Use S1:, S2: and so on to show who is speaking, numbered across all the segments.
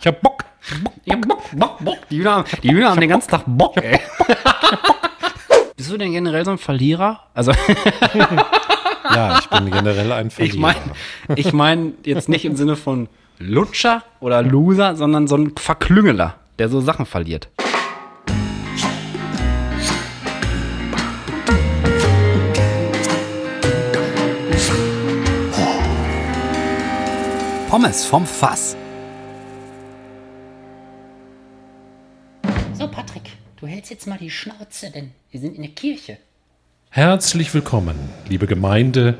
S1: Ich hab Bock.
S2: Ich hab Bock, Bock, Bock. Die Hühner haben, die Hühner haben den ganzen Tag Bock, ey. Bist du denn generell so ein Verlierer? Also,
S3: Ja, ich bin generell ein Verlierer.
S2: ich meine ich mein jetzt nicht im Sinne von Lutscher oder Loser, sondern so ein Verklüngeler, der so Sachen verliert. Pommes vom Fass.
S4: So, Patrick, du hältst jetzt mal die Schnauze, denn wir sind in der Kirche.
S3: Herzlich willkommen, liebe Gemeinde,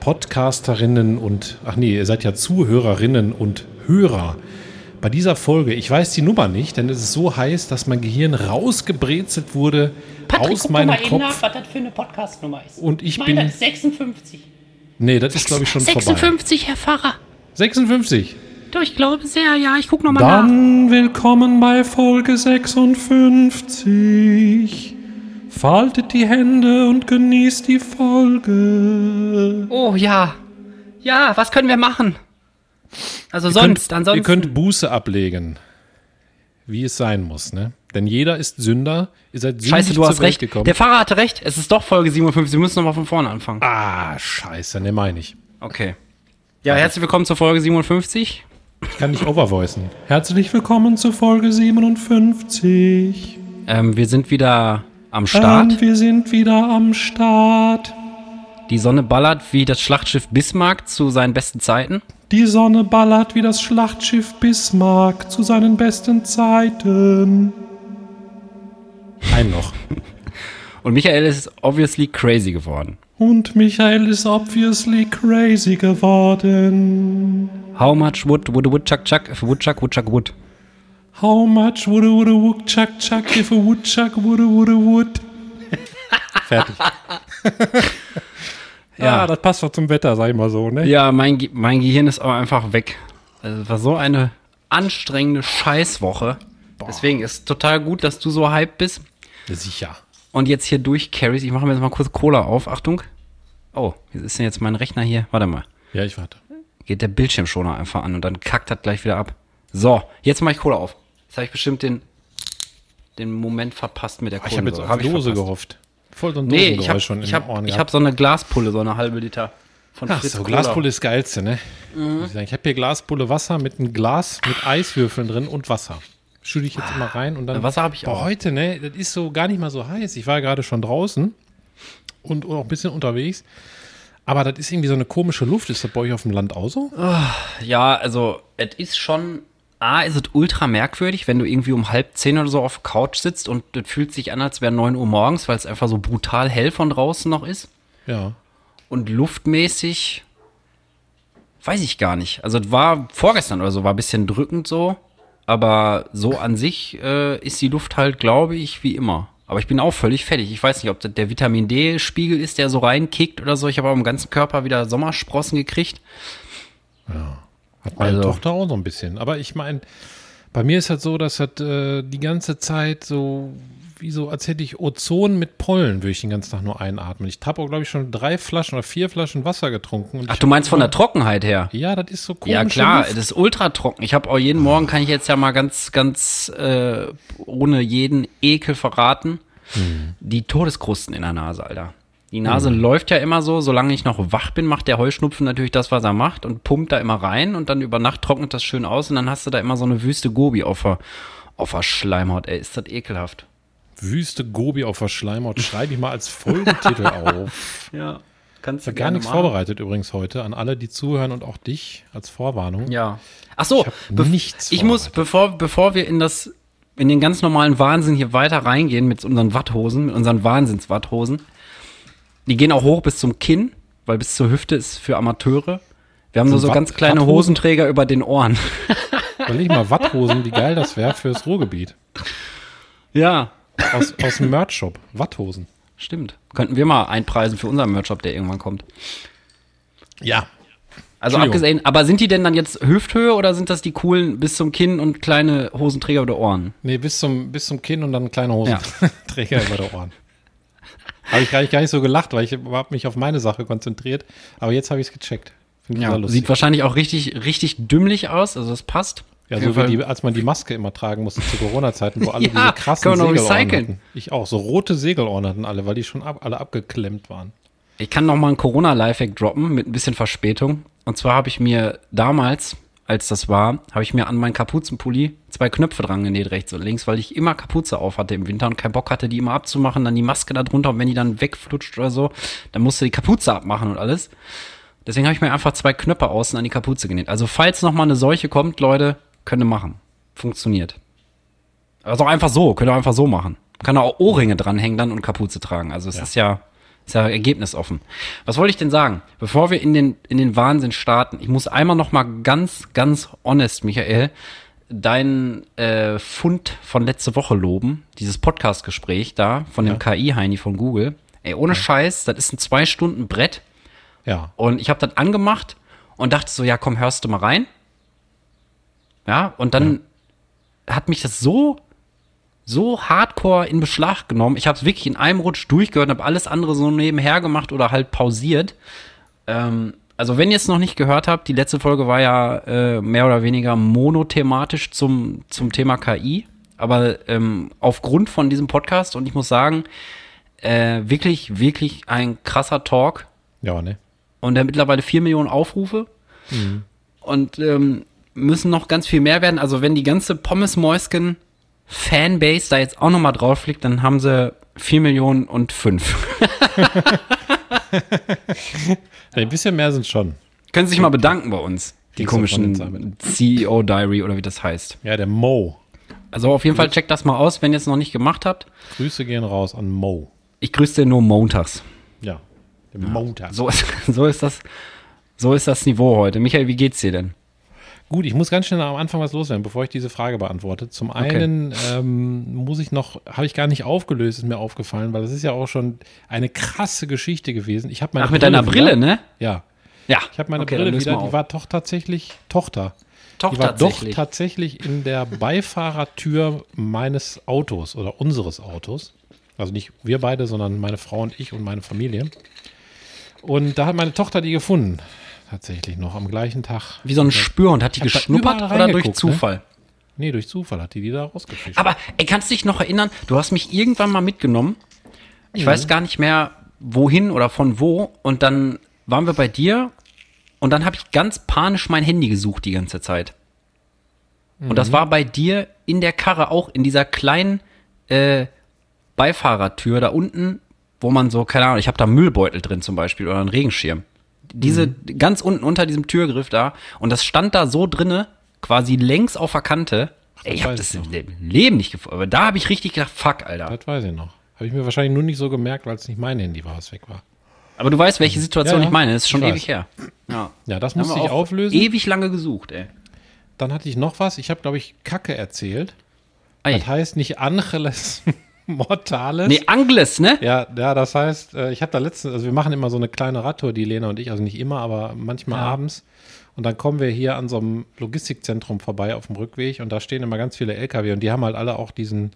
S3: Podcasterinnen und, ach nee, ihr seid ja Zuhörerinnen und Hörer. Bei dieser Folge, ich weiß die Nummer nicht, denn es ist so heiß, dass mein Gehirn rausgebrezelt wurde
S4: Patrick,
S3: aus
S4: guck doch
S3: meinem
S4: mal eben nach,
S3: Kopf.
S4: was das für eine Podcastnummer ist.
S3: Und ich
S4: Meine
S3: bin-
S4: ist 56.
S3: Nee, das ist glaube ich schon vorbei.
S4: 56, Herr Pfarrer.
S3: 56.
S4: Doch, ich glaube sehr, ja. Ich guck nochmal nach.
S3: Dann willkommen bei Folge 56. Faltet die Hände und genießt die Folge.
S2: Oh ja. Ja, was können wir machen? Also sonst,
S3: könnt,
S2: ansonsten.
S3: Ihr könnt Buße ablegen. Wie es sein muss, ne? Denn jeder ist Sünder. Ihr seid sündig
S2: Scheiße, du
S3: zur
S2: hast
S3: Welt
S2: recht.
S3: gekommen.
S2: Der Fahrer hatte recht. Es ist doch Folge 57. Wir müssen nochmal von vorne anfangen.
S3: ah, scheiße, ne, meine ich.
S2: Okay. Ja, herzlich willkommen zur Folge 57.
S3: Ich kann nicht overvoicen. Herzlich willkommen zur Folge 57.
S2: Ähm, wir sind wieder am Start.
S3: Und Ähm, wir sind wieder am Start.
S2: Die Sonne ballert wie das Schlachtschiff Bismarck zu seinen besten Zeiten.
S3: Die Sonne ballert wie das Schlachtschiff Bismarck zu seinen besten Zeiten. Ein noch.
S2: Und Michael ist obviously crazy geworden.
S3: Und Michael ist obviously crazy geworden.
S2: How much wood would a woodchuck chuck if a woodchuck woodchuck wood?
S3: How much would a would a wood chuck chuck if a wood chuck would a would a wood? Fertig. ja, das passt doch zum Wetter, sag ich mal so, ne?
S2: Ja, mein, Ge- mein Gehirn ist auch einfach weg. Also, es war so eine anstrengende Scheißwoche. Deswegen ist total gut, dass du so hyped bist.
S3: Sicher.
S2: Und jetzt hier durchcarries. Ich mache mir jetzt mal kurz Cola auf. Achtung. Oh, wie ist denn jetzt mein Rechner hier? Warte mal.
S3: Ja, ich warte.
S2: Geht der Bildschirmschoner einfach an und dann kackt das gleich wieder ab. So, jetzt mache ich Cola auf. Jetzt habe ich bestimmt den, den Moment verpasst mit der Cola.
S3: Ah, ich habe jetzt auf
S2: Hab
S3: Dose
S2: verpasst.
S3: gehofft. Voll so ein
S2: Nee, ich habe
S3: schon
S2: ich
S3: in den Ohren
S2: hab, ich
S3: gehabt.
S2: hab so eine Glaspulle, so eine halbe Liter von
S3: Ach
S2: Fritz Mhm.
S3: so,
S2: Cola.
S3: Glaspulle ist das geilste, ne? Muss Ich, sagen. ich habe hier Glaspulle Wasser mit einem Glas mit Eiswürfeln drin und Wasser. Schütte ich jetzt immer rein und dann.
S2: Ah, äh, Wasser hab ich
S3: Boah,
S2: auch.
S3: heute, ne? Das ist so gar nicht mal so heiß. Ich war gerade schon draußen und auch ein bisschen unterwegs. Aber das ist irgendwie so eine komische Luft. Ist das bei euch auf dem Land auch so?
S2: Ah. Ja, also es ist schon. A, ist es ultra merkwürdig, wenn du irgendwie um halb zehn oder so auf der Couch sitzt und das fühlt sich an, als wäre 9 Uhr morgens, weil es einfach so brutal hell von draußen noch ist.
S3: Ja.
S2: Und luftmäßig weiß ich gar nicht. Also es war vorgestern oder so, war ein bisschen drückend so. Aber so an sich äh, ist die Luft halt, glaube ich, wie immer. Aber ich bin auch völlig fertig. Ich weiß nicht, ob das der Vitamin D-Spiegel ist, der so reinkickt oder so. Ich habe auch im ganzen Körper wieder Sommersprossen gekriegt.
S3: Hat meine
S2: Also-
S3: Tochter auch so ein bisschen. Aber ich meine, bei mir ist halt so, dass halt äh, die ganze Zeit so, wie so, als hätte ich Ozon mit Pollen, würde ich den ganzen Tag nur einatmen. Ich habe auch, glaube ich, schon drei Flaschen oder vier Flaschen Wasser getrunken. Und
S2: Ach,
S3: ich
S2: du meinst von der Trockenheit her?
S3: Ja, das ist so komisch.
S2: Ja klar, das ist ultra trocken. Ich habe auch jeden Morgen, kann ich jetzt ja mal ganz, ganz äh, ohne jeden Ekel verraten,
S3: Hm.
S2: die Todeskrusten in der Nase, Alter. Die Nase läuft ja immer so, solange ich noch wach bin, macht der Heuschnupfen natürlich das, was er macht und pumpt da immer rein und dann über Nacht trocknet das schön aus und dann hast du da immer so eine wüste Gobi auf der, auf der Schleimhaut. Ey, ist das ekelhaft.
S3: Wüste Gobi auf der Schleimhaut schreibe ich mal als Folgentitel auf.
S2: Ja, kannst du
S3: Gar nichts vorbereitet übrigens heute an alle, die zuhören und auch dich als Vorwarnung.
S2: Ja. Ach so,
S3: Ich hab
S2: bef-
S3: nichts
S2: ich muss, bevor, bevor wir in das, in den ganz normalen Wahnsinn hier weiter reingehen mit unseren Watthosen, mit unseren Wahnsinns-Watthosen, die gehen auch hoch bis zum Kinn, weil bis zur Hüfte ist für Amateure. Wir haben nur so
S3: Watt-
S2: ganz kleine
S3: Watthosen?
S2: Hosenträger über den Ohren.
S3: Überleg mal, Watthosen, wie geil das wäre fürs Ruhrgebiet.
S2: ja,
S3: Aus, aus dem Merch-Shop. Watthosen.
S2: stimmt. Könnten wir mal einpreisen für unseren Merch-Shop, der irgendwann kommt.
S3: Ja.
S2: Also
S3: Entschuldigung.
S2: abgesehen, aber sind die denn dann jetzt Hüfthöhe oder sind das die coolen bis zum Kinn und kleine Hosenträger über den Ohren?
S3: Nee, bis zum, bis zum Kinn und dann kleine Hosenträger über der halt Ohren. Habe ich gar nicht, gar nicht so gelacht, weil ich habe mich auf meine Sache konzentriert. Aber jetzt habe ich es gecheckt. Finde ich
S2: Ja,
S3: sehr lustig.
S2: sieht wahrscheinlich auch richtig, richtig dümmlich aus, also das passt.
S3: Ja,
S2: Auf
S3: so
S2: jeden
S3: wie
S2: Fall.
S3: die, als man die Maske immer tragen musste zu Corona-Zeiten, wo alle
S2: Ja,
S3: diese krassen
S2: kann man auch
S3: Segelorn
S2: recyceln.
S3: hatten. Ich auch. So rote Segelorn hatten alle, weil die schon ab, alle abgeklemmt waren.
S2: Ich kann noch mal einen Corona-Lifehack droppen mit ein bisschen Verspätung. Und zwar habe ich mir damals, als das war, habe ich mir an meinen Kapuzenpulli zwei Knöpfe dran genäht, rechts und links, weil ich immer Kapuze auf hatte im Winter und keinen Bock hatte, die immer abzumachen, dann die Maske da drunter und wenn die dann wegflutscht oder so, dann musste die Kapuze abmachen und alles. Deswegen habe ich mir einfach zwei Knöpfe außen an die Kapuze genäht. Also falls noch mal eine Seuche kommt, Leute, könnt ihr machen. Funktioniert. Also einfach so, könnt ihr einfach so machen. Kann da auch Ohrringe dranhängen dann und Kapuze tragen. Also es ist ja ist ja ergebnisoffen. Was wollte ich denn sagen? Bevor wir in den in den Wahnsinn starten, ich muss einmal noch mal ganz ganz honest, Michael, deinen äh, Fund von letzte Woche loben. Dieses Podcast Gespräch da von dem KI Heini von Google. Ey, ohne Scheiß, das ist ein zwei Stunden Brett.
S3: Ja.
S2: Und ich habe das angemacht und dachte so, ja, komm, hörst du mal rein. Ja, und dann hat mich das so, so hardcore in Beschlag genommen. Ich habe es wirklich in einem Rutsch durchgehört und habe alles andere so nebenher gemacht oder halt pausiert. Ähm, also, wenn ihr es noch nicht gehört habt, die letzte Folge war ja äh, mehr oder weniger monothematisch zum, zum Thema KI. Aber ähm, aufgrund von diesem Podcast, und ich muss sagen, äh, wirklich, wirklich ein krasser Talk
S3: Ja, ne?
S2: und der hat mittlerweile 4 Millionen Aufrufe
S3: Mhm.
S2: und ähm, müssen noch ganz viel mehr werden. Also wenn die ganze Pommes Mäusken Fanbase da jetzt auch nochmal drauf fliegt, dann haben sie 4 Millionen und 5.
S3: Ein bisschen mehr sind schon.
S2: Können Sie sich mal bedanken bei uns, die
S3: Kriegst du von
S2: komischen
S3: den
S2: CEO Diary oder wie das heißt.
S3: Ja, der Mo.
S2: Also auf jeden Fall checkt das mal aus, wenn ihr es noch nicht gemacht habt.
S3: Grüße gehen raus an Mo.
S2: Ich grüße den nur montags.
S3: Ja. Der Montag.
S2: So, ist- so ist das. So ist das Niveau heute. Michael, wie geht's dir denn?
S3: Gut, ich muss ganz schnell am Anfang was loswerden, bevor ich diese Frage beantworte. Zum einen ähm, muss ich noch, habe ich gar nicht aufgelöst, ist mir aufgefallen, weil das ist ja auch schon eine krasse Geschichte gewesen. Ich habe meine
S2: Ach, mit deiner Brille, ne?
S3: Ja,
S2: Ja.
S3: ich habe meine
S2: Okay, dann
S3: Brille
S2: löst
S3: wieder.
S2: mal
S3: Die
S2: auf.
S3: war doch tatsächlich Tochter.
S2: Doch
S3: die war
S2: tatsächlich.
S3: doch tatsächlich in der Beifahrertür meines Autos oder unseres Autos. Also nicht wir beide, sondern meine Frau und ich und meine Familie. Und da hat meine Tochter die gefunden. Tatsächlich noch am gleichen Tag.
S2: Wie so ein Spürhund. Hat die
S3: Ich hab da
S2: geschnuppert
S3: überall
S2: oder durch
S3: reingeguckt, ne?
S2: Zufall?
S3: Nee, durch Zufall hat die die da rausgefischt.
S2: Aber ey, kannst du dich noch erinnern, du hast mich irgendwann mal mitgenommen. Ich
S3: Mhm.
S2: weiß gar nicht mehr, wohin oder von wo. Und dann waren wir bei dir und dann habe ich ganz panisch mein Handy gesucht die ganze Zeit. Und
S3: Mhm.
S2: das war bei dir in der Karre auch, in dieser kleinen äh, Beifahrertür da unten, wo man so, keine Ahnung, ich habe da Müllbeutel drin zum Beispiel oder einen Regenschirm. Diese,
S3: Mhm.
S2: ganz unten unter diesem Türgriff da. Und das stand da so drinne, quasi längs auf der Kante. Ey, ich habe
S3: weiß
S2: das
S3: ich
S2: im Leben nicht gefunden. Aber da habe ich richtig gedacht, fuck, Alter.
S3: Das weiß ich noch. Habe ich mir wahrscheinlich nur nicht so gemerkt, weil es nicht mein Handy war, was weg war.
S2: Aber du weißt, welche Situation
S3: Ja, ja,
S2: ich meine. Das ist schon
S3: ich weiß.
S2: ewig her. Ja.
S3: Ja, das
S2: Haben
S3: musste
S2: wir
S3: ich
S2: auch
S3: auflösen.
S2: Ewig lange gesucht, ey.
S3: Dann hatte ich noch was. Ich habe, glaube ich, Kacke erzählt.
S2: Ei.
S3: Das heißt nicht Angeles Mortales.
S2: Nee, Angles, ne?
S3: Ja, ja, das heißt, äh, ich habe da letztens, also wir machen immer so eine kleine Radtour, die Lena und ich, also nicht immer, aber manchmal abends. Und dann kommen wir hier an so einem Logistikzentrum vorbei auf dem Rückweg und da stehen immer ganz viele LKW und die haben halt alle auch diesen,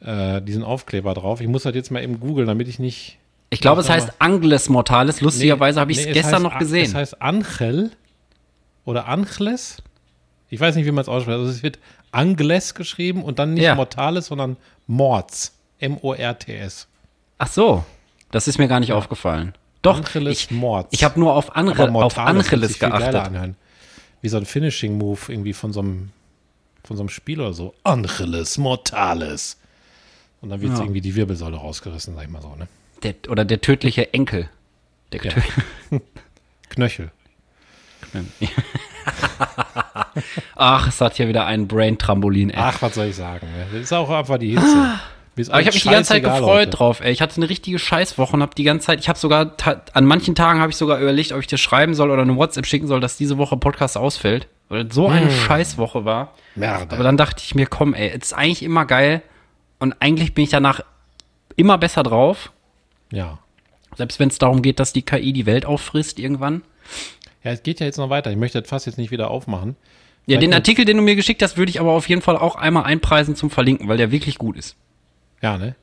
S3: äh, diesen Aufkleber drauf. Ich muss halt jetzt mal eben googeln, damit ich nicht.
S2: Ich glaube, es heißt Angles Mortales. Lustigerweise habe ich
S3: Nee,
S2: es gestern
S3: heißt
S2: noch
S3: A-
S2: gesehen.
S3: Es heißt Angel oder Angeles. Ich weiß nicht, wie man es ausspricht. Also es wird Angles geschrieben und dann nicht
S2: Ja.
S3: Mortales, sondern Mords. M-O-R-T-S.
S2: Ach so, das ist mir gar nicht aufgefallen. Doch,
S3: Angeles
S2: ich,
S3: Mords.
S2: ich habe nur auf,
S3: Aber
S2: Anre auf
S3: Mortales hört sich
S2: Angeles
S3: viel geiler
S2: geachtet.
S3: anhören. Wie so ein Finishing-Move irgendwie von so einem, von so einem Spiel oder so. Angeles Mortales. Und dann wird
S2: Ja.
S3: irgendwie die Wirbelsäule rausgerissen, sag ich mal so, ne?
S2: Der, oder der tödliche Enkel. Der
S3: Ja.
S2: tö-
S3: Knöchel.
S2: Ach, es hat hier wieder einen Brain-Trampolin, ey.
S3: Ach, was soll ich sagen? ne? Das ist auch einfach die Hitze. Mir ist
S2: Ah. Aber ich
S3: alles
S2: habe mich die ganze Zeit
S3: scheißegal
S2: gefreut
S3: heute.
S2: drauf, ey. Ich hatte eine richtige Scheißwoche und habe die ganze Zeit, ich habe sogar, ta- an manchen Tagen habe ich sogar überlegt, ob ich dir schreiben soll oder eine WhatsApp schicken soll, dass diese Woche Podcast ausfällt. Weil das so eine Scheißwoche war.
S3: Merde.
S2: Aber dann dachte ich mir, komm, ey, es ist eigentlich immer geil und eigentlich bin ich danach immer besser drauf.
S3: ja.
S2: Selbst wenn es darum geht, dass die KI die Welt auffrisst irgendwann.
S3: ja, es geht ja jetzt noch weiter. Ich möchte das Fass jetzt nicht wieder aufmachen.
S2: Ja, den
S3: Vielleicht-
S2: Artikel, den du mir geschickt hast, würde ich aber auf jeden Fall auch einmal einpreisen zum Verlinken, weil der wirklich gut ist.
S3: Ja, ne?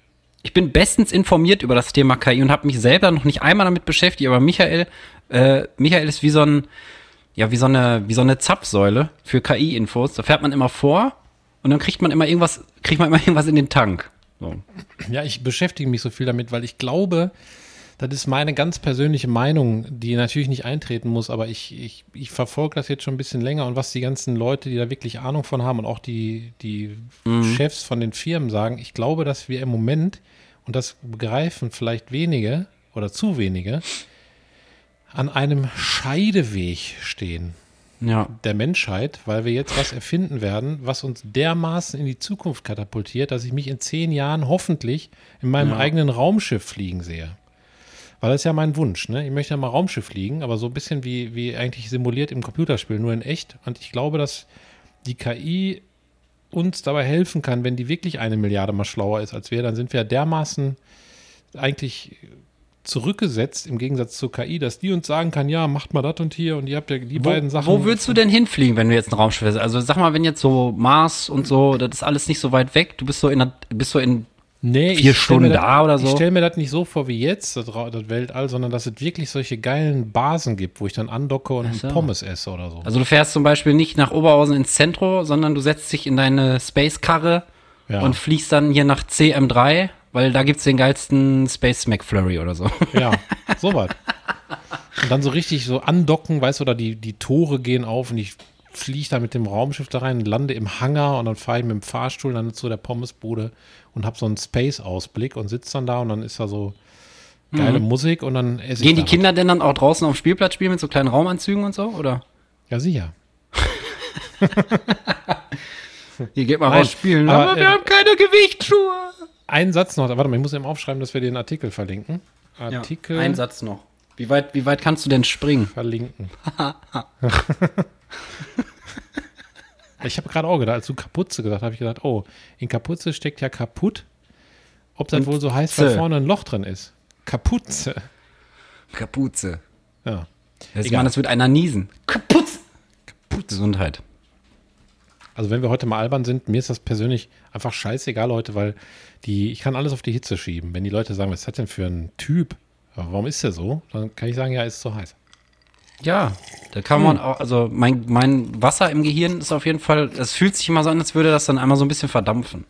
S2: Ich bin bestens informiert über das Thema KI und habe mich selber noch nicht einmal damit beschäftigt, aber Michael, äh, Michael ist wie so ein, ja, wie so eine, wie so eine Zapfsäule für KI-Infos. Da fährt man immer vor und dann kriegt man immer irgendwas, kriegt man immer irgendwas in den Tank. So.
S3: Ja, ich beschäftige mich so viel damit, weil ich glaube, das ist meine ganz persönliche Meinung, die natürlich nicht eintreten muss, aber ich, ich, ich verfolge das jetzt schon ein bisschen länger und was die ganzen Leute, die da wirklich Ahnung von haben und auch die, die Chefs von den Firmen sagen, ich glaube, dass wir im Moment, und das begreifen vielleicht wenige oder zu wenige, an einem Scheideweg stehen
S2: Ja.
S3: der Menschheit, weil wir jetzt was erfinden werden, was uns dermaßen in die Zukunft katapultiert, dass ich mich in zehn Jahren hoffentlich in meinem eigenen Raumschiff fliegen sehe. Weil das ist ja mein Wunsch, ne? Ich möchte ja mal Raumschiff fliegen, aber so ein bisschen wie, wie eigentlich simuliert im Computerspiel, nur in echt. Und ich glaube, dass die KI uns dabei helfen kann, wenn die wirklich eine Milliarde mal schlauer ist als wir, dann sind wir dermaßen eigentlich zurückgesetzt im Gegensatz zur KI, dass die uns sagen kann, ja, macht mal das und hier und ihr habt ja die beiden Sachen.
S2: Wo würdest du denn hinfliegen, wenn du jetzt ein Raumschiff wärst? Also sag mal, wenn jetzt so Mars und so, das ist alles nicht so weit weg. Du bist so in, der- bist so in
S3: nee, ich
S2: vier
S3: stell
S2: Stunden
S3: mir das-
S2: da oder
S3: Ich
S2: so?
S3: stelle mir das nicht so vor wie jetzt, das, Ra- das Weltall, sondern dass es wirklich solche geilen Basen gibt, wo ich dann andocke und
S2: so.
S3: Pommes esse oder so.
S2: Also du fährst zum Beispiel nicht nach Oberhausen ins Zentrum, sondern du setzt dich in deine Space-Karre
S3: Ja.
S2: und fliegst dann hier nach CM3, weil da gibt's den geilsten Space McFlurry oder so.
S3: Ja, sowas. Und dann so richtig so andocken, weißt du, oder die, die Tore gehen auf und ich fliege da mit dem Raumschiff da rein, lande im Hangar und dann fahre ich mit dem Fahrstuhl dann zu der Pommesbude und habe so einen Space-Ausblick und sitze dann da und dann ist da so geile Musik und dann esse ich
S2: Mhm. Gehen die
S3: da was.
S2: Kinder denn dann auch draußen auf dem Spielplatz spielen mit so kleinen Raumanzügen und so? Oder?
S3: Ja, sicher.
S2: Hier geht mal
S3: Nein,
S2: raus spielen. ne?
S3: aber, äh,
S2: keine Gewichtsschuhe.
S3: Einen Satz noch, warte mal, ich muss eben aufschreiben, dass wir den Artikel verlinken.
S2: Ja,
S3: Artikel
S2: Ein Satz noch. Wie weit, wie weit kannst du denn springen?
S3: verlinken. ich habe gerade auch gedacht, als du Kapuze gesagt habe ich gedacht, oh, in Kapuze steckt ja kaputt. Ob das
S2: Und
S3: wohl so heißt, weil
S2: Ze.
S3: vorne ein Loch drin ist. Kapuze.
S2: Kapuze.
S3: Ja.
S2: Also Ich
S3: Egal.
S2: meine, das wird einer niesen. Kaputz. Kaputz. Gesundheit.
S3: Also wenn wir heute mal albern sind, mir ist das persönlich einfach scheißegal heute, weil die, ich kann alles auf die Hitze schieben. Wenn die Leute sagen, was ist das denn für ein Typ? Warum ist der so? Dann kann ich sagen, ja, ist zu heiß.
S2: Ja, da kann
S3: Hm.
S2: man auch, also mein, mein Wasser im Gehirn ist auf jeden Fall, es fühlt sich immer so an, als würde das dann einmal so ein bisschen verdampfen.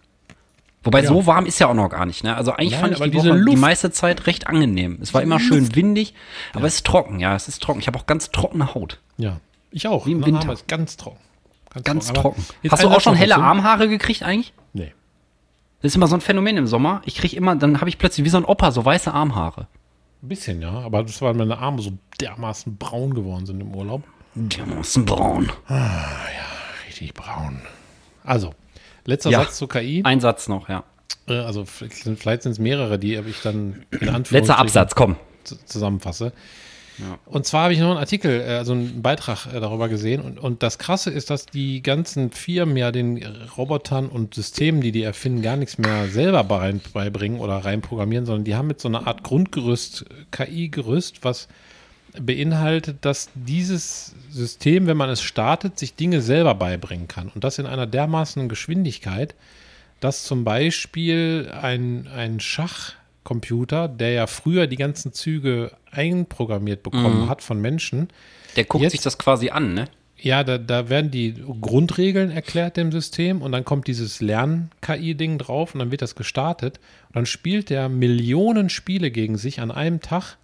S2: Wobei
S3: Ja.
S2: so warm ist ja auch noch gar nicht, ne? Also eigentlich
S3: Nein,
S2: fand ich
S3: aber
S2: die,
S3: diese
S2: Woche, die
S3: Luft-
S2: meiste Zeit recht angenehm. Es war immer schön windig, aber es ist trocken, ja, es ist trocken. Ich habe auch ganz trockene Haut.
S3: Ja, ich auch.
S2: Wie im
S3: Mein
S2: Winter.
S3: Arm ist ganz trocken.
S2: Ganz
S3: Aber
S2: trocken.
S3: jetzt
S2: Hast du
S3: ein
S2: auch
S3: Satz
S2: schon
S3: noch
S2: helle
S3: dazu.
S2: Armhaare gekriegt eigentlich?
S3: Nee.
S2: Das ist immer so ein Phänomen im Sommer. Ich krieg immer, dann habe ich plötzlich wie so ein Opa so weiße Armhaare.
S3: Ein bisschen, ja. Aber das war, weil meine Arme so dermaßen braun geworden sind im Urlaub.
S2: Dermaßen braun.
S3: Richtig braun. Also, letzter
S2: Ja.
S3: Satz zur KI.
S2: Ein Satz noch, ja.
S3: Äh, Also, vielleicht sind es mehrere, die ich dann in Anführungszeichen
S2: Letzter Absatz, komm.
S3: zu- zusammenfasse. Und zwar habe ich noch einen Artikel, äh, also einen Beitrag äh, darüber gesehen. Und, und das Krasse ist, dass die ganzen Firmen ja den äh, Robotern und Systemen, die die erfinden, gar nichts mehr selber bei- beibringen oder reinprogrammieren, sondern die haben mit so einer Art Grundgerüst, äh, KI-Gerüst, was beinhaltet, dass dieses System, wenn man es startet, sich Dinge selber beibringen kann. Und das in einer dermaßen Geschwindigkeit, dass zum Beispiel ein, ein Schachcomputer, der ja früher die ganzen Züge einprogrammiert bekommen
S2: Mhm.
S3: hat von Menschen,
S2: Der guckt
S3: Jetzt-
S2: sich das quasi an, ne?
S3: ja, da, da werden die Grundregeln erklärt dem System und dann kommt dieses Lern-KI-Ding drauf und dann wird das gestartet. Und dann spielt der Millionen Spiele gegen sich an einem Tag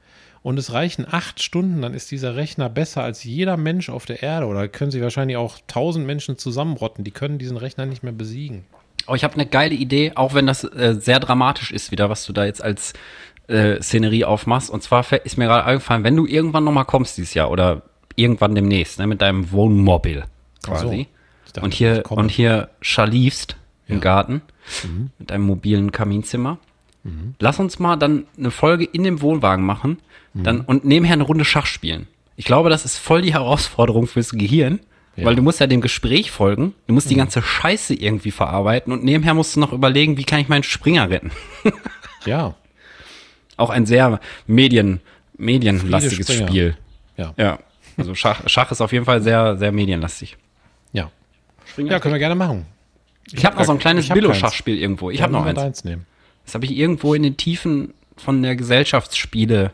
S3: und es reichen acht Stunden, dann ist dieser Rechner besser als jeder Mensch auf der Erde oder können sie wahrscheinlich auch tausend Menschen zusammenrotten. Die können diesen Rechner nicht mehr besiegen.
S2: Oh, ich habe eine geile Idee, auch wenn das äh, sehr dramatisch ist wieder, was du da jetzt als äh, Szenerie aufmachst. Und zwar fä- ist mir gerade eingefallen, wenn du irgendwann nochmal kommst dieses Jahr oder irgendwann demnächst, ne, mit deinem Wohnmobil quasi.
S3: Ich dachte,
S2: und hier
S3: ich komme. Mhm.
S2: und hier schalifst im Garten mit deinem mobilen Kaminzimmer. Lass uns mal dann eine Folge in dem Wohnwagen machen
S3: Mhm.
S2: dann, und nebenher eine Runde Schach spielen. Ich glaube, das ist voll die Herausforderung fürs Gehirn, weil du musst ja dem Gespräch folgen, du musst die
S3: Mhm.
S2: ganze Scheiße irgendwie verarbeiten und nebenher musst du noch überlegen, wie kann ich meinen Springer retten.
S3: Ja.
S2: Auch ein sehr Medien, medienlastiges
S3: Friede Springer.
S2: Spiel.
S3: Ja.
S2: Ja, also Schach, Schach ist auf jeden Fall sehr, sehr medienlastig.
S3: Ja. Ja, können wir gerne machen.
S2: Ich habe noch so ein kleines
S3: ich hab keins.
S2: Billo-Schachspiel irgendwo. Ich habe noch
S3: Dann
S2: eins.
S3: können wir nehmen.
S2: Das habe ich irgendwo in den Tiefen von der Gesellschaftsspiele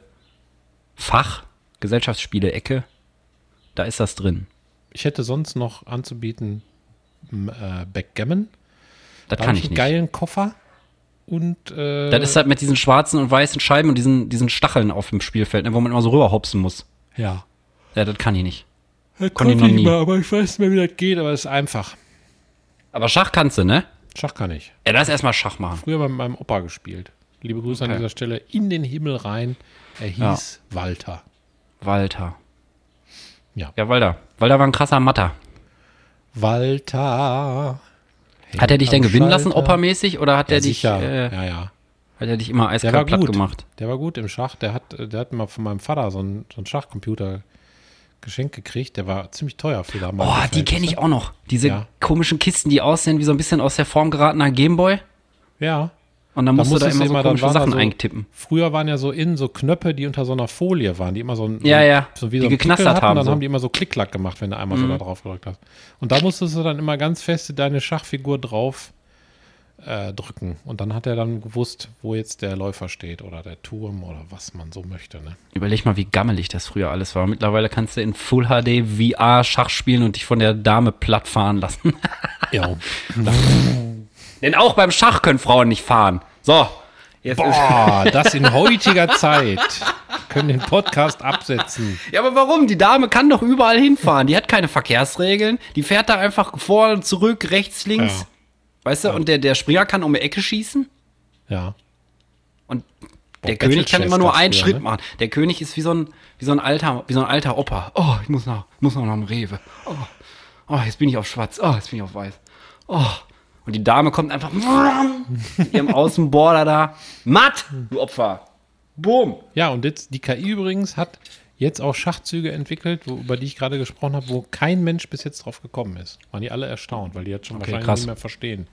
S2: Fach, Gesellschaftsspiele Ecke Da ist das drin.
S3: Ich hätte sonst noch anzubieten m, äh, Backgammon.
S2: Das
S3: Da
S2: kann
S3: hab
S2: ich
S3: einen
S2: nicht.
S3: geilen Koffer und äh,
S2: Das ist halt mit diesen schwarzen und weißen Scheiben und diesen, diesen Stacheln auf dem Spielfeld, ne, wo man immer so rüberhopsen muss.
S3: ja.
S2: Ja, das kann ich nicht.
S3: Das
S2: Konnte ich noch nie.
S3: mal, aber ich weiß nicht mehr, wie das geht, aber es ist einfach.
S2: Aber Schach kannst du, ne?
S3: Schach kann ich.
S2: Ja, das erstmal Schach machen.
S3: Früher bei meinem Opa gespielt. Liebe Grüße an
S2: Okay.
S3: dieser Stelle. In den Himmel rein. Er hieß Walter.
S2: Walter.
S3: Ja.
S2: Ja, Walter. Walter war ein krasser Matter.
S3: Walter.
S2: Hat er dich
S3: am
S2: denn gewinnen lassen,
S3: Schalter.
S2: Opa-mäßig, oder hat
S3: Ja,
S2: er dich,
S3: sicher.
S2: äh,
S3: ja, ja.
S2: hat er dich immer
S3: Der
S2: eiskalt
S3: war
S2: platt
S3: gut.
S2: gemacht?
S3: Der war gut im Schach. Der hat, äh, der hat mal von meinem Vater so einen, so einen Schachcomputer geschenkt gekriegt. Der war ziemlich teuer für damals.
S2: Oh, die kenne ich auch noch. Diese
S3: ne? Ja.
S2: komischen Kisten, die aussehen wie so ein bisschen aus der Form geratener Gameboy.
S3: Ja.
S2: Und dann musst du da
S3: musstest
S2: immer so
S3: dann
S2: komische
S3: waren da
S2: Sachen
S3: so-
S2: eintippen.
S3: Früher waren ja so innen so Knöpfe, die unter so einer Folie waren, die immer so ein,
S2: Ja,
S3: so, ein-
S2: ja,
S3: so wie
S2: die
S3: so ein Pickel
S2: geknastert
S3: hatten,
S2: haben
S3: Dann
S2: so. Mhm.
S3: haben die immer so Klick-Klack gemacht, wenn du einmal so da drauf gedrückt hast. Und da musstest du dann immer ganz feste deine Schachfigur drauf äh, drücken. Und dann hat er dann gewusst, wo jetzt der Läufer steht oder der Turm oder was man so möchte. Ne?
S2: Überleg mal, wie gammelig das früher alles war. Mittlerweile kannst du in Full HD VR Schach spielen und dich von der Dame platt fahren lassen.
S3: Ja.
S2: Denn auch beim Schach können Frauen nicht fahren. So. Jetzt ist,
S3: Boah, das in heutiger Zeit. Wir können den Podcast absetzen.
S2: ja, aber warum? Die Dame kann doch überall hinfahren. Die hat keine Verkehrsregeln. Die fährt da einfach vor und zurück, rechts, links.
S3: Ja.
S2: Weißt du, und der, der Springer kann um die Ecke schießen.
S3: Ja.
S2: Und der
S3: Boah,
S2: König kann
S3: Battle
S2: immer nur
S3: Chess
S2: einen
S3: das früher,
S2: Schritt
S3: ne?
S2: machen. Der König ist wie so ein, wie so ein alter, wie so ein alter Opa. Oh, ich muss nach, muss noch nach dem Rewe. Oh, oh, jetzt bin ich auf schwarz. Oh, jetzt bin ich auf weiß. Oh. Und die Dame kommt einfach mit ihrem Außenborder da. Matt, du Opfer. Boom.
S3: Ja, und jetzt die KI übrigens hat jetzt auch Schachzüge entwickelt, wo, über die ich gerade gesprochen habe, wo kein Mensch bis jetzt drauf gekommen ist. Waren die alle erstaunt, weil die jetzt schon wahrscheinlich
S2: krass.
S3: nicht mehr verstehen,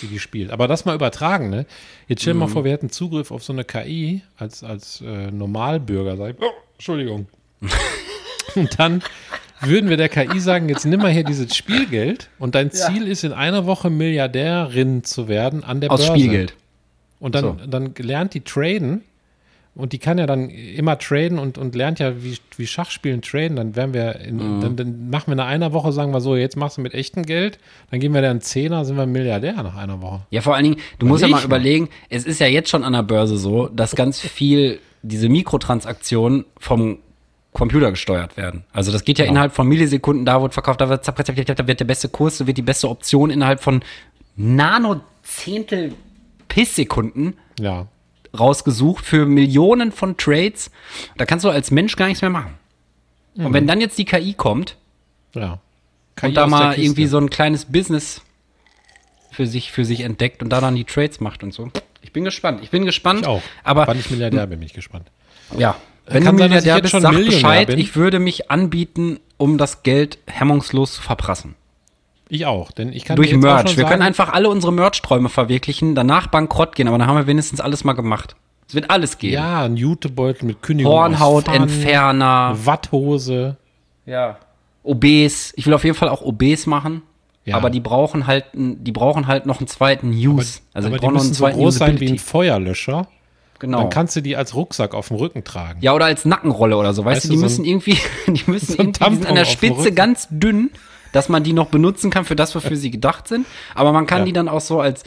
S3: wie die spielt. Aber das mal übertragen, ne? Jetzt stell dir mal
S2: Mhm.
S3: vor, wir hätten Zugriff auf so eine KI als, als äh, Normalbürger, sag ich, oh, Entschuldigung. und dann würden wir der KI sagen, jetzt nimm mal hier dieses Spielgeld und dein Ziel ist, in einer Woche Milliardärin zu werden an der
S2: Aus
S3: Börse.
S2: Spielgeld.
S3: Und dann, dann lernt die traden. Und die kann ja dann immer traden und, und lernt ja, wie, wie Schachspielen traden. Dann werden wir, in,
S2: Mhm.
S3: dann, dann machen wir nach einer Woche, sagen wir so, jetzt machst du mit echtem Geld. Dann geben wir dir einen Zehner, sind wir Milliardär nach einer Woche.
S2: Ja, vor allen Dingen, du musst ja
S3: Überleg
S2: mal überlegen, es ist ja jetzt schon an der Börse so, dass ganz viel diese Mikrotransaktionen vom Computer gesteuert werden. Also das geht ja innerhalb von Millisekunden, da wird verkauft, da wird, zapp, zapp, zapp, zapp, da wird der beste Kurs, da wird die beste Option innerhalb von Nanozehntel Pisssekunden
S3: Ja.
S2: rausgesucht für Millionen von Trades. Da kannst du als Mensch gar nichts mehr machen. Und wenn dann jetzt die KI kommt
S3: Ja.
S2: und da mal irgendwie so ein kleines Business für sich, für sich entdeckt und da dann die Trades macht und so. Ich bin gespannt. Ich bin gespannt.
S3: Ich auch.
S2: Aber hm.
S3: Wann ich Milliardär bin, bin ich gespannt.
S2: ja, wenn du
S3: Kann sein, dass ich
S2: Milliardär
S3: jetzt
S2: bist,
S3: schon
S2: sag
S3: Millionär
S2: Bescheid.
S3: bin.
S2: Ich würde mich anbieten, um das Geld hemmungslos zu verprassen.
S3: Ich auch, denn ich kann
S2: Durch
S3: dir jetzt auch
S2: Merch.
S3: schon
S2: Wir können
S3: sagen-
S2: einfach alle unsere Merch-Träume verwirklichen, danach bankrott gehen, aber dann haben wir wenigstens alles mal gemacht. Es wird alles gehen.
S3: Ja, ein Jutebeutel mit Kündigung. aus Pfannen,
S2: Hornhautentferner,
S3: Watthose.
S2: ja. OBs. Ich will auf jeden Fall auch OBs machen.
S3: Ja.
S2: Aber die brauchen halt, n- die brauchen halt noch einen zweiten Use. also
S3: aber
S2: die brauchen
S3: die
S2: noch einen
S3: müssen so
S2: zweiten
S3: groß sein wie ein
S2: Usability.
S3: Feuerlöscher.
S2: Genau.
S3: Dann kannst du die als Rucksack auf dem Rücken tragen.
S2: Ja, oder als Nackenrolle oder so. Weißt,
S3: Weißt
S2: du, die
S3: du, so
S2: müssen
S3: ein-
S2: irgendwie, die müssen
S3: so ein
S2: irgendwie, die sind an
S3: Tampon
S2: der
S3: auf dem
S2: Spitze
S3: Rücken.
S2: ganz dünn, dass man die noch benutzen kann für das, wofür sie gedacht sind. Aber man kann die dann auch so als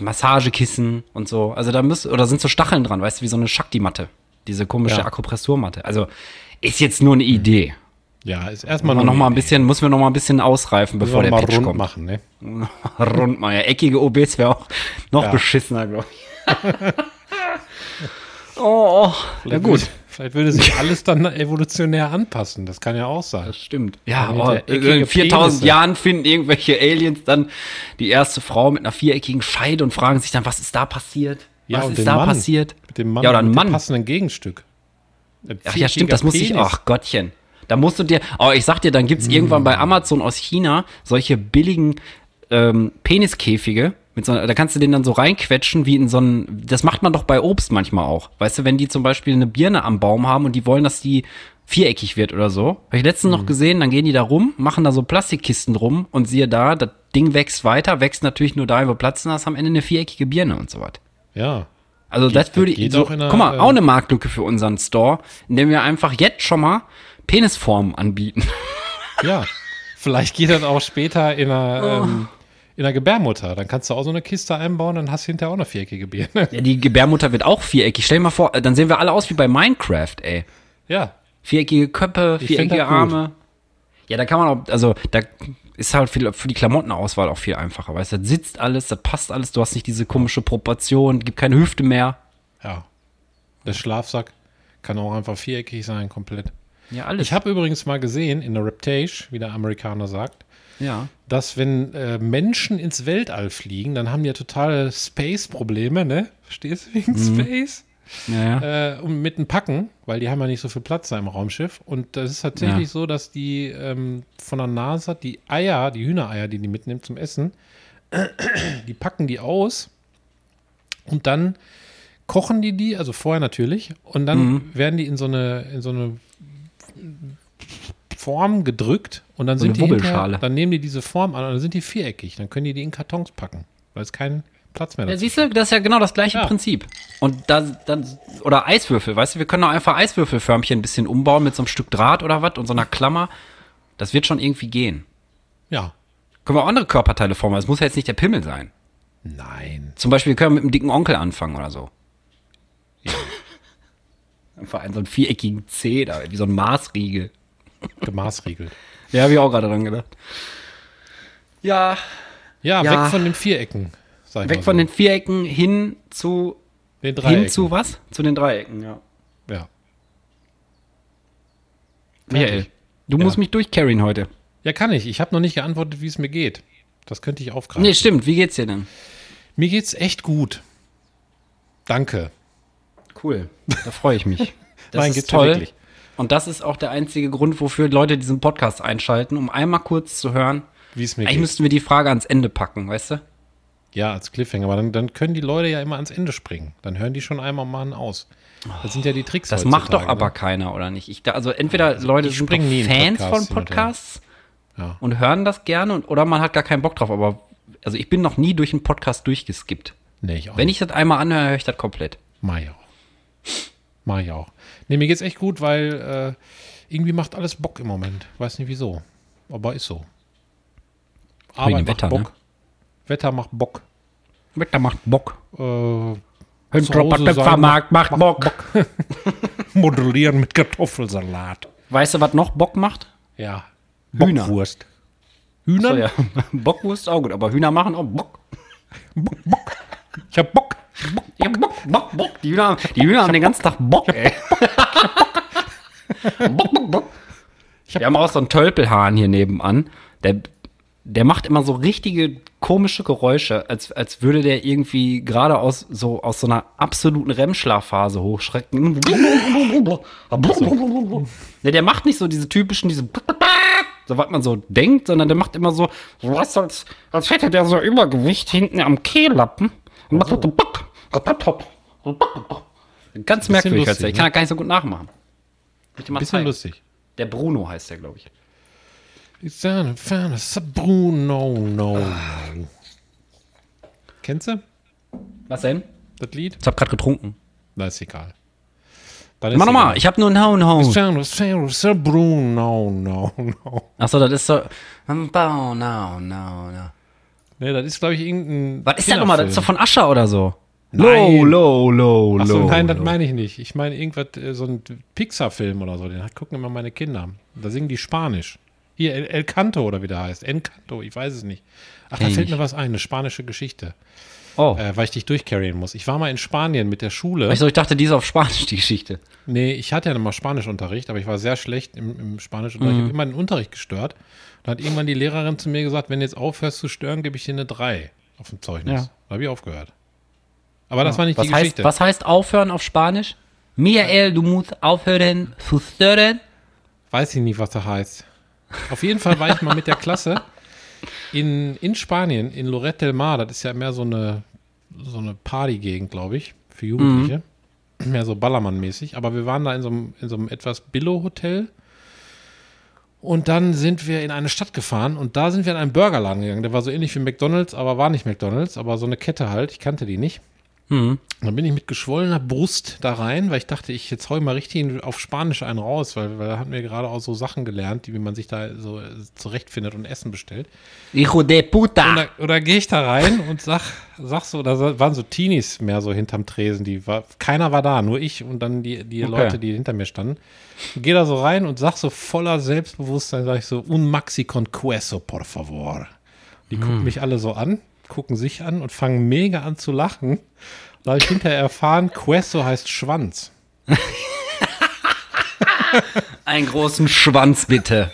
S2: Massagekissen und so. Also da müssen, oder sind so Stacheln dran, weißt du, wie so eine Shakti-Matte. Diese komische
S3: Ja.
S2: Akupressurmatte. Also ist jetzt nur eine Idee.
S3: Ja, ist erstmal
S2: Aber noch
S3: eine
S2: mal ein
S3: Idee.
S2: bisschen, müssen wir noch mal ein bisschen ausreifen, bevor der
S3: Müssen wir mal
S2: Pitch
S3: rund
S2: kommt.
S3: machen, ne?
S2: rund machen. Ja, eckige OBs wäre auch noch
S3: Ja.
S2: beschissener, glaube ich. oh, oh. ja gut.
S3: Vielleicht würde sich alles dann evolutionär anpassen. Das kann ja auch sein.
S2: Stimmt. Ja,
S3: Damit
S2: oh,
S3: der eckige
S2: in 4000
S3: Penisse.
S2: Jahren finden irgendwelche Aliens dann die erste Frau mit einer viereckigen Scheide und fragen sich dann, was ist da passiert?
S3: Ja,
S2: was
S3: und
S2: ist
S3: den
S2: da
S3: Mann.
S2: passiert?
S3: Mit dem Mann,
S2: ja, oder ein
S3: mit
S2: Mann.
S3: dem passenden Gegenstück. Ein
S2: Ach ja, stimmt, das muss ich.
S3: Penis.
S2: Ach Gottchen. Da musst du dir, oh, ich sag dir, dann gibt's irgendwann bei Amazon aus China solche billigen ähm, Peniskäfige. Mit so, einer- da kannst du den dann so reinquetschen, wie in so einen, das macht man doch bei Obst manchmal auch. Weißt du, wenn die zum Beispiel eine Birne am Baum haben und die wollen, dass die viereckig wird oder so. Habe ich letztens noch gesehen, dann gehen die da rum, machen da so Plastikkisten rum und siehe da, das Ding wächst weiter, wächst natürlich nur dahin, wo Platz ist, hast am Ende eine viereckige Birne und so was.
S3: Ja.
S2: Also das würde ich.
S3: geht
S2: So,
S3: auch in einer,
S2: guck mal,
S3: ähm,
S2: auch eine Marktlücke für unseren Store, indem wir einfach jetzt schon mal Penisformen anbieten.
S3: Ja. Vielleicht geht das auch später in
S2: Oh.
S3: einer, ähm, in einer Gebärmutter. Dann kannst du auch so eine Kiste einbauen, dann hast du hinterher auch eine viereckige Birne.
S2: Ja, die Gebärmutter wird auch viereckig. Stell dir mal vor, äh, dann sehen wir alle aus wie bei Minecraft, ey.
S3: Ja.
S2: Viereckige Köpfe,
S3: Ich find
S2: viereckige
S3: das gut.
S2: Arme. Ja, da kann man auch, also da ist halt für, für die Klamottenauswahl auch viel einfacher, weißt du, das sitzt alles, das passt alles, du hast nicht diese komische Proportion, gibt keine Hüfte mehr.
S3: Ja. Der Schlafsack kann auch einfach viereckig sein, komplett.
S2: Ja, alles.
S3: Ich habe übrigens mal gesehen, in der Reptage, wie der Amerikaner sagt,
S2: ja.
S3: dass wenn äh, Menschen ins Weltall fliegen, dann haben die ja totale Space-Probleme, ne? Verstehst du wegen Space?
S2: Ja, ja.
S3: Äh, und mit dem Packen, weil die haben ja nicht so viel Platz da im Raumschiff. Und das ist
S2: Ja.
S3: tatsächlich so, dass die ähm, von der NASA die Eier, die Hühnereier, die die mitnimmt zum Essen, die packen die aus und dann kochen die die, also vorher natürlich, und dann
S2: Mhm.
S3: werden die in so eine, in so eine Form gedrückt und dann
S2: So
S3: sind
S2: eine
S3: die hinterher,
S2: Wubbelschale.
S3: dann nehmen die diese Form an und dann sind die viereckig, dann können die die in Kartons packen, weil es keinen Platz mehr
S2: ja,
S3: dazu
S2: siehst du, das ist ja genau das gleiche
S3: Ja.
S2: Prinzip. Und da, dann, oder Eiswürfel, weißt du, wir können auch einfach Eiswürfelförmchen ein bisschen umbauen mit so einem Stück Draht oder was und so einer Klammer. Das wird schon irgendwie gehen.
S3: Ja.
S2: Können wir auch andere Körperteile formen, es muss ja jetzt nicht der Pimmel sein.
S3: Nein.
S2: Zum Beispiel, wir können mit einem dicken Onkel anfangen oder so. Einfach einen so einen viereckigen Zeh da, wie so ein Maßriegel.
S3: Gemaßriegelt.
S2: Ja, habe ich auch gerade dran gedacht. Ja.
S3: Ja,
S2: Ja.
S3: weg von den Vierecken. Sag ich
S2: Weg
S3: mal
S2: von
S3: so.
S2: den Vierecken hin zu,
S3: den Dreiecken.
S2: hin zu was? Zu den Dreiecken, ja.
S3: ja.
S2: Michael,
S3: Fertig.
S2: du
S3: Ja.
S2: musst mich durchcarryen heute.
S3: ja, kann ich. Ich habe noch nicht geantwortet, wie es mir geht. Das könnte ich aufgreifen.
S2: Nee, stimmt. Wie geht's dir denn?
S3: Mir geht's echt gut. Danke.
S2: Cool. Da freue ich mich. Das
S3: Nein,
S2: ist
S3: geht's mir
S2: toll.
S3: wirklich.
S2: Und das ist auch der einzige Grund, wofür Leute diesen Podcast einschalten, um einmal kurz zu hören.
S3: Wie es mir
S2: Eigentlich
S3: geht.
S2: müssten wir die Frage ans Ende packen, weißt du?
S3: Ja, als Cliffhanger. Aber dann, dann können die Leute ja immer ans Ende springen. Dann hören die schon einmal und machen aus. Das sind ja die Tricks.
S2: Das macht doch
S3: heutzutage,
S2: aber
S3: ne?
S2: keiner, oder nicht? Ich da, also entweder Leute sind
S3: springen
S2: doch
S3: nie in
S2: Fans
S3: Podcasts,
S2: von
S3: die Leute.
S2: Podcasts
S3: Ja.
S2: und hören das gerne und, oder man hat gar keinen Bock drauf. Aber also ich bin noch nie durch einen Podcast durchgeskippt.
S3: Nee, ich auch.
S2: Wenn ich das einmal anhöre, höre ich das komplett.
S3: Mach ich auch. Mach ich auch. Nee, mir geht's echt gut, weil äh, irgendwie macht alles Bock im Moment. Weiß nicht wieso. Aber ist so. Arbeit
S2: dem
S3: macht
S2: Wetter,
S3: Bock.
S2: ne?
S3: Wetter macht Bock.
S2: Wetter macht Bock.
S3: Äh,
S2: Hündropper
S3: Hause sein
S2: Töpfermarkt macht Bock.
S3: modellieren mit Kartoffelsalat.
S2: Weißt du, was noch Bock macht?
S3: Ja.
S2: Hühner.
S3: Bockwurst.
S2: So,
S3: Hühner?
S2: ja. Bockwurst auch gut, aber Hühner machen auch Bock.
S3: Bock, Bock. Ich hab Bock. Bock.
S2: Ich hab Bock, Bock, Bock. Die Hühner, die Hühner haben den ganzen Tag Bock, ey. Bock, Bock, Bock. Wir haben auch so einen Tölpelhahn hier nebenan. Der, der macht immer so richtige komische Geräusche, als, als würde der irgendwie gerade aus so, aus so einer absoluten REM-Schlafphase hochschrecken. Ne, der macht nicht so diese typischen, diese so was man so denkt, sondern der macht immer so, so was, als, als hätte der so Übergewicht hinten am Kehllappen. Also. Ganz merkwürdig, hört sich.
S3: lustig,
S2: ich kann das gar nicht so gut nachmachen. Bitte mal
S3: Bisschen
S2: zeigen.
S3: lustig.
S2: Der Bruno heißt der, glaube ich.
S3: It's down in front of Bruno, no, no. Ah. Kennst du
S2: Was denn?
S3: das Lied?
S2: Ich habe gerade getrunken.
S3: Na, ist egal. Dann ist
S2: Mach
S3: egal.
S2: nochmal, ich habe nur einen Hauen Hauen.
S3: Sound of Sound of Sir Bruno, no, no.
S2: Achso, das ist so. Ein Bau, na, na, na.
S3: Ne, das ist, glaube ich, irgendein.
S2: Was ist das nochmal? Das ist doch von Ascher oder so.
S3: Nein.
S2: Low, low, low, low.
S3: Achso, nein, das
S2: low.
S3: meine ich nicht. Ich meine irgendwas, äh, so ein Pixar-Film oder so, den hat- gucken immer meine Kinder. Da singen die Spanisch. Hier, El, El Canto oder wie der heißt. Encanto, ich weiß es nicht. Ach, da
S2: Kenn ich
S3: fällt
S2: nicht.
S3: mir was ein, eine spanische Geschichte,
S2: Oh.
S3: äh, weil ich dich durchcarryen muss. Ich war mal in Spanien mit der Schule.
S2: Ich, so, ich dachte, die ist auf Spanisch, die Geschichte.
S3: Nee, ich hatte ja mal Spanischunterricht, aber ich war sehr schlecht im, im Spanischunterricht. Ich
S2: Mhm.
S3: habe immer den Unterricht gestört. Dann hat irgendwann die Lehrerin zu mir gesagt, wenn du jetzt aufhörst zu stören, gebe ich dir eine 3 auf dem Zeugnis.
S2: Ja.
S3: Da habe ich aufgehört. Aber das war nicht
S2: Was
S3: die
S2: heißt,
S3: Geschichte.
S2: was heißt aufhören auf Spanisch? Miael, du musst aufhören zu stören.
S3: Weiß ich nicht, was das heißt. Auf jeden Fall war ich mal mit der Klasse in, in Spanien, in Lorette del Mar. Das ist ja mehr so eine, so eine Partygegend, glaube ich, für Jugendliche. Mehr so Ballermann-mäßig. Aber wir waren da in so einem, in so einem etwas Billo-Hotel. Und dann sind wir in eine Stadt gefahren und da sind wir in einen Burgerladen gegangen. Der war so ähnlich wie McDonalds, aber war nicht McDonalds, aber so eine Kette halt. Ich kannte die nicht. Dann bin ich mit geschwollener Brust da rein, weil ich dachte, ich jetzt hau mal richtig auf Spanisch einen raus, weil, weil da hatten wir gerade auch so Sachen gelernt, die, wie man sich da so äh, zurechtfindet und Essen bestellt.
S2: Hijo de
S3: Und
S2: puta.
S3: da, oder gehe ich da rein und sag, sag so, da waren so Teenies mehr so hinterm Tresen, die war, keiner war da, nur ich und dann die, die
S2: Okay.
S3: Leute, die hinter mir standen. Gehe da so rein und sag so voller Selbstbewusstsein, sag ich so, un maxi con queso, por favor. Die
S2: Hm.
S3: gucken mich alle so an, gucken sich an und fangen mega an zu lachen. Da habe ich hinterher erfahren, queso heißt Schwanz.
S2: Einen großen Schwanz bitte.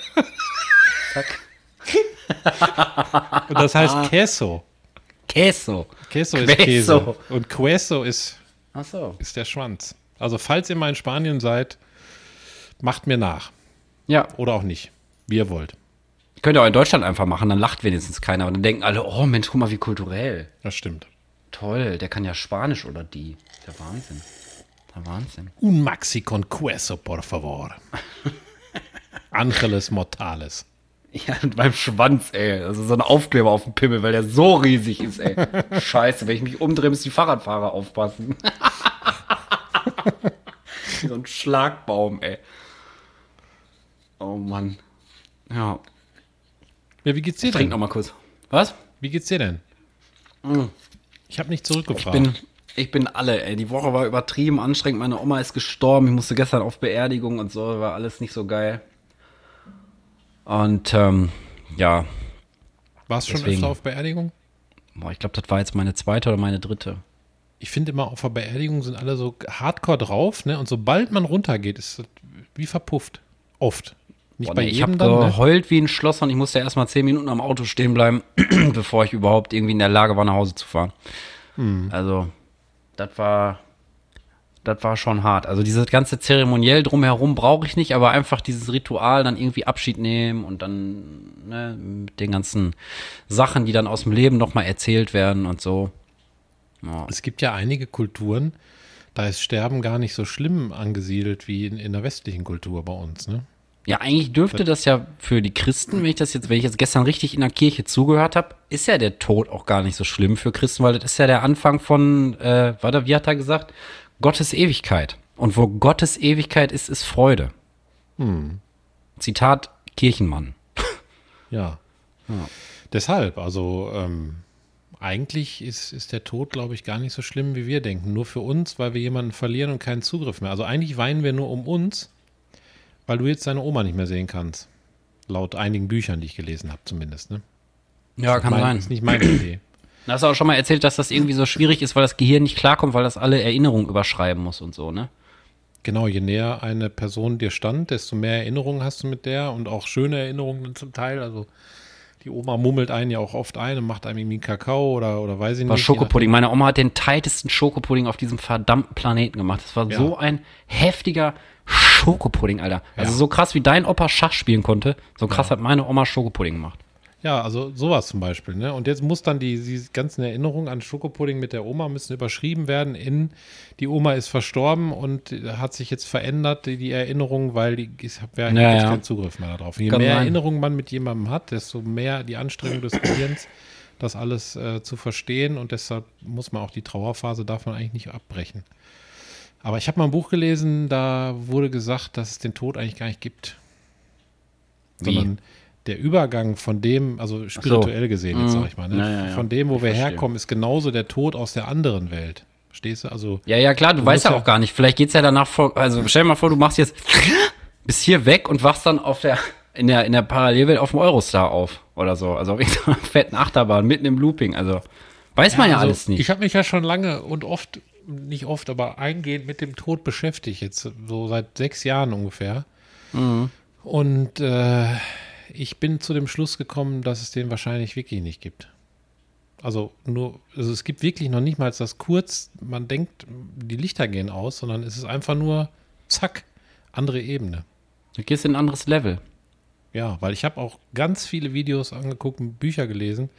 S3: Und das heißt Queso.
S2: Queso.
S3: Queso ist Käse.
S2: Ah. Queso.
S3: Und queso ist
S2: Ach so.
S3: ist der Schwanz. Also falls ihr mal in Spanien seid, macht mir nach.
S2: Ja,
S3: Oder auch nicht. Wie ihr wollt.
S2: könnt ihr auch in Deutschland einfach machen, dann lacht wenigstens keiner. Und dann denken alle, oh Mensch, guck mal, wie kulturell.
S3: Das stimmt.
S2: Toll, der kann ja Spanisch oder die. Der Wahnsinn. Der Wahnsinn.
S3: Un maxi con queso, por favor. Angeles Mortales.
S2: Ja, und beim Schwanz, ey. Das ist so ein Aufkleber auf dem Pimmel, weil der so riesig ist, ey. Scheiße, wenn ich mich umdrehe, müssen die Fahrradfahrer aufpassen. Wie so ein Schlagbaum, ey. Oh Mann. Ja,
S3: Ja, wie geht's dir
S2: trink
S3: denn?
S2: noch mal kurz. Was?
S3: Wie geht's dir denn? Ich habe nicht zurückgefragt.
S2: bin, ich bin alle, ey. Die Woche war übertrieben anstrengend. Meine Oma ist gestorben. Ich musste gestern auf Beerdigung und so. War alles nicht so geil. Und ähm, ja,
S3: Warst du schon
S2: deswegen.
S3: öfter auf Beerdigung?
S2: boah, ich glaube, das war jetzt meine zweite oder meine dritte.
S3: Ich finde immer, auf der Beerdigung sind alle so hardcore drauf, ne? Und sobald man runtergeht, ist das wie verpufft. Oft. Nicht
S2: Boah,
S3: bei
S2: nee, ich
S3: jedem
S2: habe
S3: dann, ne?
S2: geheult wie ein Schloss und ich musste erstmal zehn Minuten am Auto stehen bleiben, bevor ich überhaupt irgendwie in der Lage war, nach Hause zu fahren.
S3: Hm.
S2: Also, das war, das war schon hart. Also dieses ganze Zeremoniell drumherum brauche ich nicht, aber einfach dieses Ritual, dann irgendwie Abschied nehmen und dann ne, mit den ganzen Sachen, die dann aus dem Leben nochmal erzählt werden und so.
S3: Es gibt ja einige Kulturen, da ist Sterben gar nicht so schlimm angesiedelt wie in, in der westlichen Kultur bei uns. Ne?
S2: Ja, eigentlich dürfte das ja für die Christen, wenn ich das jetzt, wenn ich jetzt gestern richtig in der Kirche zugehört habe, ist ja der Tod auch gar nicht so schlimm für Christen, weil das ist ja der Anfang von, äh, warte, wie hat er gesagt? Gottes Ewigkeit. Und wo Gottes Ewigkeit ist, ist Freude. Zitat Kirchenmann.
S3: Ja. Deshalb, also ähm, eigentlich ist, ist der Tod, glaube ich, gar nicht so schlimm, wie wir denken. Nur für uns, weil wir jemanden verlieren und keinen Zugriff mehr. Also eigentlich weinen wir nur um uns, weil du jetzt deine Oma nicht mehr sehen kannst. Laut einigen Büchern, die ich gelesen habe, zumindest. Ne?
S2: Ja, kann
S3: mein,
S2: sein.
S3: Ist nicht meine Idee.
S2: Du hast auch schon mal erzählt, dass das irgendwie so schwierig ist, weil das Gehirn nicht klarkommt, weil das alle Erinnerungen überschreiben muss und so, ne?
S3: Genau, je näher eine Person dir stand, desto mehr Erinnerungen hast du mit der und auch schöne Erinnerungen dann zum Teil. Also die Oma mummelt einen ja auch oft ein und macht einem irgendwie einen Kakao oder, oder weiß ich
S2: War
S3: nicht. je nachdem.
S2: Schokopudding. Meine Oma hat den tightesten Schokopudding auf diesem verdammten Planeten gemacht. Das war so ein heftiger Schokopudding, Alter. Also
S3: Ja.
S2: so krass wie dein Opa Schach spielen konnte, so krass hat meine Oma Schokopudding gemacht.
S3: Ja, also sowas zum Beispiel. Ne? Und jetzt muss dann die, die ganzen Erinnerungen an Schokopudding mit der Oma müssen überschrieben werden in die Oma ist verstorben und hat sich jetzt verändert, die, die Erinnerung, weil die, ich habe ja,
S2: Ja,
S3: jetzt
S2: ja.
S3: keinen Zugriff mehr darauf. Je
S2: Kann
S3: mehr
S2: sein.
S3: Erinnerungen man mit jemandem hat, desto mehr die Anstrengung des Gehirns, das alles äh, zu verstehen und deshalb muss man auch die Trauerphase davon eigentlich nicht abbrechen. Aber ich habe mal ein Buch gelesen, da wurde gesagt, dass es den Tod eigentlich gar nicht gibt.
S2: Wie?
S3: Sondern der Übergang von dem, also spirituell gesehen, jetzt sag ich mal, ne?
S2: Mhm. Ja, ja, ja.
S3: von dem, wo wir herkommen, ist genauso der Tod aus der anderen Welt. Stehst du? Also,
S2: Ja, ja, klar, du, weißt
S3: musst
S2: ja
S3: ja-
S2: auch gar nicht. Vielleicht geht's ja danach vor, also stell dir mal vor, du machst jetzt bis hier weg und wachst dann auf der, in der, in der Parallelwelt auf dem Eurostar auf oder so. Also auf irgendeiner fetten Achterbahn mitten im Looping. Also weiß man ja
S3: also,
S2: alles nicht.
S3: Ich habe mich ja schon lange und oft, nicht oft, aber eingehend mit dem Tod beschäftigt, jetzt so seit sechs Jahren ungefähr.
S2: Mhm.
S3: Und äh, ich bin zu dem Schluss gekommen, dass es den wahrscheinlich wirklich nicht gibt. Also nur, also es gibt wirklich noch nicht mal das kurz, man denkt, die Lichter gehen aus, sondern es ist einfach nur, zack, andere Ebene.
S2: Du gehst in ein anderes Level.
S3: Ja, weil ich habe auch ganz viele Videos angeguckt, und Bücher gelesen,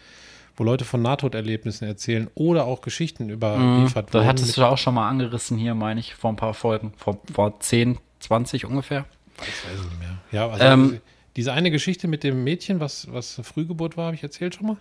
S3: wo Leute von Nahtoderlebnissen erzählen oder auch Geschichten überliefert
S2: Mhm, Da
S3: wurden.
S2: hattest du auch schon mal angerissen hier, meine ich, vor ein paar Folgen, vor, vor 10, 20 ungefähr.
S3: ja, also
S2: Ähm.
S3: diese- diese eine Geschichte mit dem Mädchen, was, was Frühgeburt war, habe ich erzählt schon mal?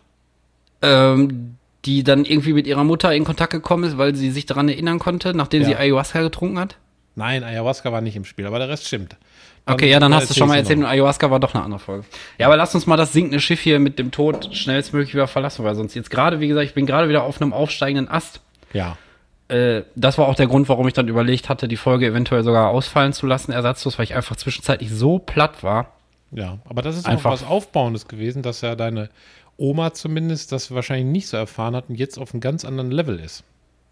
S2: Ähm, die dann irgendwie mit ihrer Mutter in Kontakt gekommen ist, weil sie sich daran erinnern konnte, nachdem
S3: Ja.
S2: sie Ayahuasca getrunken hat?
S3: Nein, Ayahuasca war nicht im Spiel, aber der Rest stimmt.
S2: Okay, ja, dann hast du schon mal
S3: erzählst
S2: erzählt
S3: du
S2: und Ayahuasca war doch eine andere Folge. Ja, aber lass uns mal das sinkende Schiff hier mit dem Tod schnellstmöglich wieder verlassen, weil sonst jetzt gerade, wie gesagt, ich bin gerade wieder auf einem aufsteigenden Ast.
S3: noch. Ja.
S2: Äh, das war auch der Grund, warum ich dann überlegt hatte, die Folge eventuell sogar ausfallen zu lassen, ersatzlos, weil ich einfach zwischenzeitlich so platt war.
S3: Ja, aber das ist
S2: Einfach-
S3: auch was Aufbauendes gewesen, dass ja deine Oma zumindest das wahrscheinlich nicht so erfahren hat und jetzt auf einem ganz anderen Level ist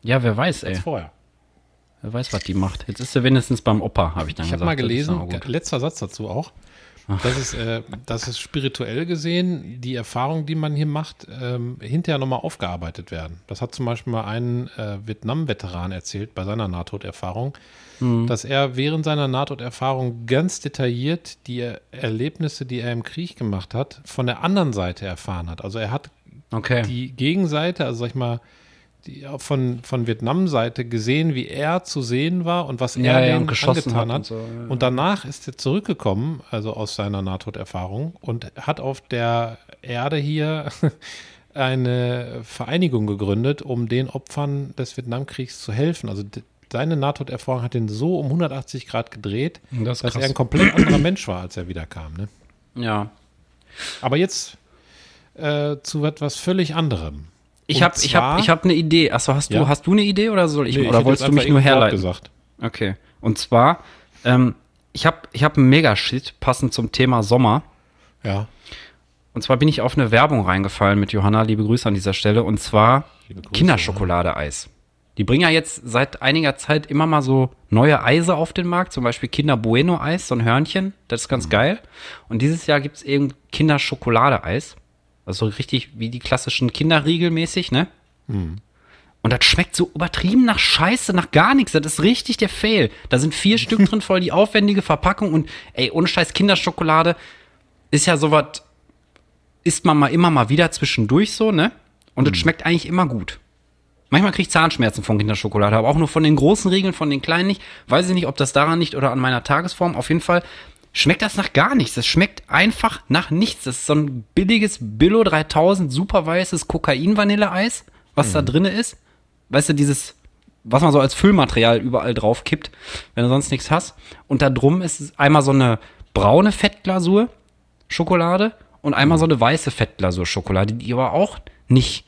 S2: Ja, wer weiß, ey.
S3: als vorher.
S2: Wer weiß, was die macht. Jetzt ist sie wenigstens beim Opa, habe ich dann
S3: Ich
S2: gesagt.
S3: habe mal
S2: Das ist
S3: gelesen,
S2: dann auch gut.
S3: g- letzter Satz dazu auch, dass es, äh, dass es spirituell gesehen die Erfahrung, die man hier macht, ähm, hinterher nochmal aufgearbeitet werden. Das hat zum Beispiel mal ein äh, Vietnam-Veteran erzählt bei seiner Nahtoderfahrung,
S2: Hm.
S3: dass er während seiner Nahtoderfahrung ganz detailliert die Er- Erlebnisse, die er im Krieg gemacht hat, von der anderen Seite erfahren hat. Also er hat
S2: Okay.
S3: die Gegenseite, also sag ich mal, die von, von Vietnam-Seite gesehen, wie er zu sehen war und was
S2: Ja,
S3: er
S2: ja,
S3: denen
S2: und geschossen
S3: angetan
S2: hat
S3: hat.
S2: und so, ja, ja.
S3: Und danach ist er zurückgekommen, also aus seiner Nahtoderfahrung, und hat auf der Erde hier eine Vereinigung gegründet, um den Opfern des Vietnamkriegs zu helfen. Also d- seine Nahtoderfahrung hat ihn so um 180 Grad gedreht,
S2: Das ist
S3: dass
S2: krass.
S3: er ein komplett anderer Mensch war, als er wiederkam. Ne?
S2: ja.
S3: Aber jetzt äh, zu etwas völlig anderem.
S2: Ich
S3: Und
S2: habe ich hab,
S3: zwar-
S2: ich hab eine Idee. Achso, hast du,
S3: Ja.
S2: hast du eine Idee oder soll ich?
S3: Nee, ich
S2: oder
S3: hätte
S2: wolltest
S3: jetzt
S2: du mich
S3: einfach
S2: nur
S3: irgendein Wort
S2: herleiten?
S3: Gesagt.
S2: Okay. Und zwar, ähm, ich habe ich hab einen Megashit passend zum Thema Sommer.
S3: Ja,
S2: Und zwar bin ich auf eine Werbung reingefallen mit Johanna, liebe Grüße an dieser Stelle. Und zwar
S3: Liebe Grüße,
S2: Kinderschokoladeeis. Die bringen ja jetzt seit einiger Zeit immer mal so neue Eise auf den Markt, zum Beispiel Kinder Bueno Eis, so ein Hörnchen, das ist ganz
S3: Mhm.
S2: geil. Und dieses Jahr gibt es eben Kinderschokoladeeis. Also richtig wie die klassischen Kinderriegel mäßig, ne?
S3: Mhm.
S2: Und das schmeckt so übertrieben nach Scheiße, nach gar nichts. Das ist richtig der Fail. Da sind vier Stück drin, voll die aufwendige Verpackung. Und ey, ohne Scheiß Kinderschokolade ist ja sowas, isst man mal immer mal wieder zwischendurch so, ne? Und das schmeckt eigentlich immer gut. Manchmal kriege ich Zahnschmerzen von Kinderschokolade, aber auch nur von den großen Regeln, von den kleinen nicht. Weiß ich nicht, ob das daran liegt oder an meiner Tagesform. Auf jeden Fall schmeckt das nach gar nichts. Das schmeckt einfach nach nichts. Das ist so ein billiges Billo 3000 super weißes Kokain-Vanilleeis, was da drin ist. Weißt du, dieses, was man so als Füllmaterial überall drauf kippt, wenn du sonst nichts hast. Und da drum ist es einmal so eine braune Fettglasur, Schokolade und einmal so eine weiße Fettglasur Schokolade, die aber auch nicht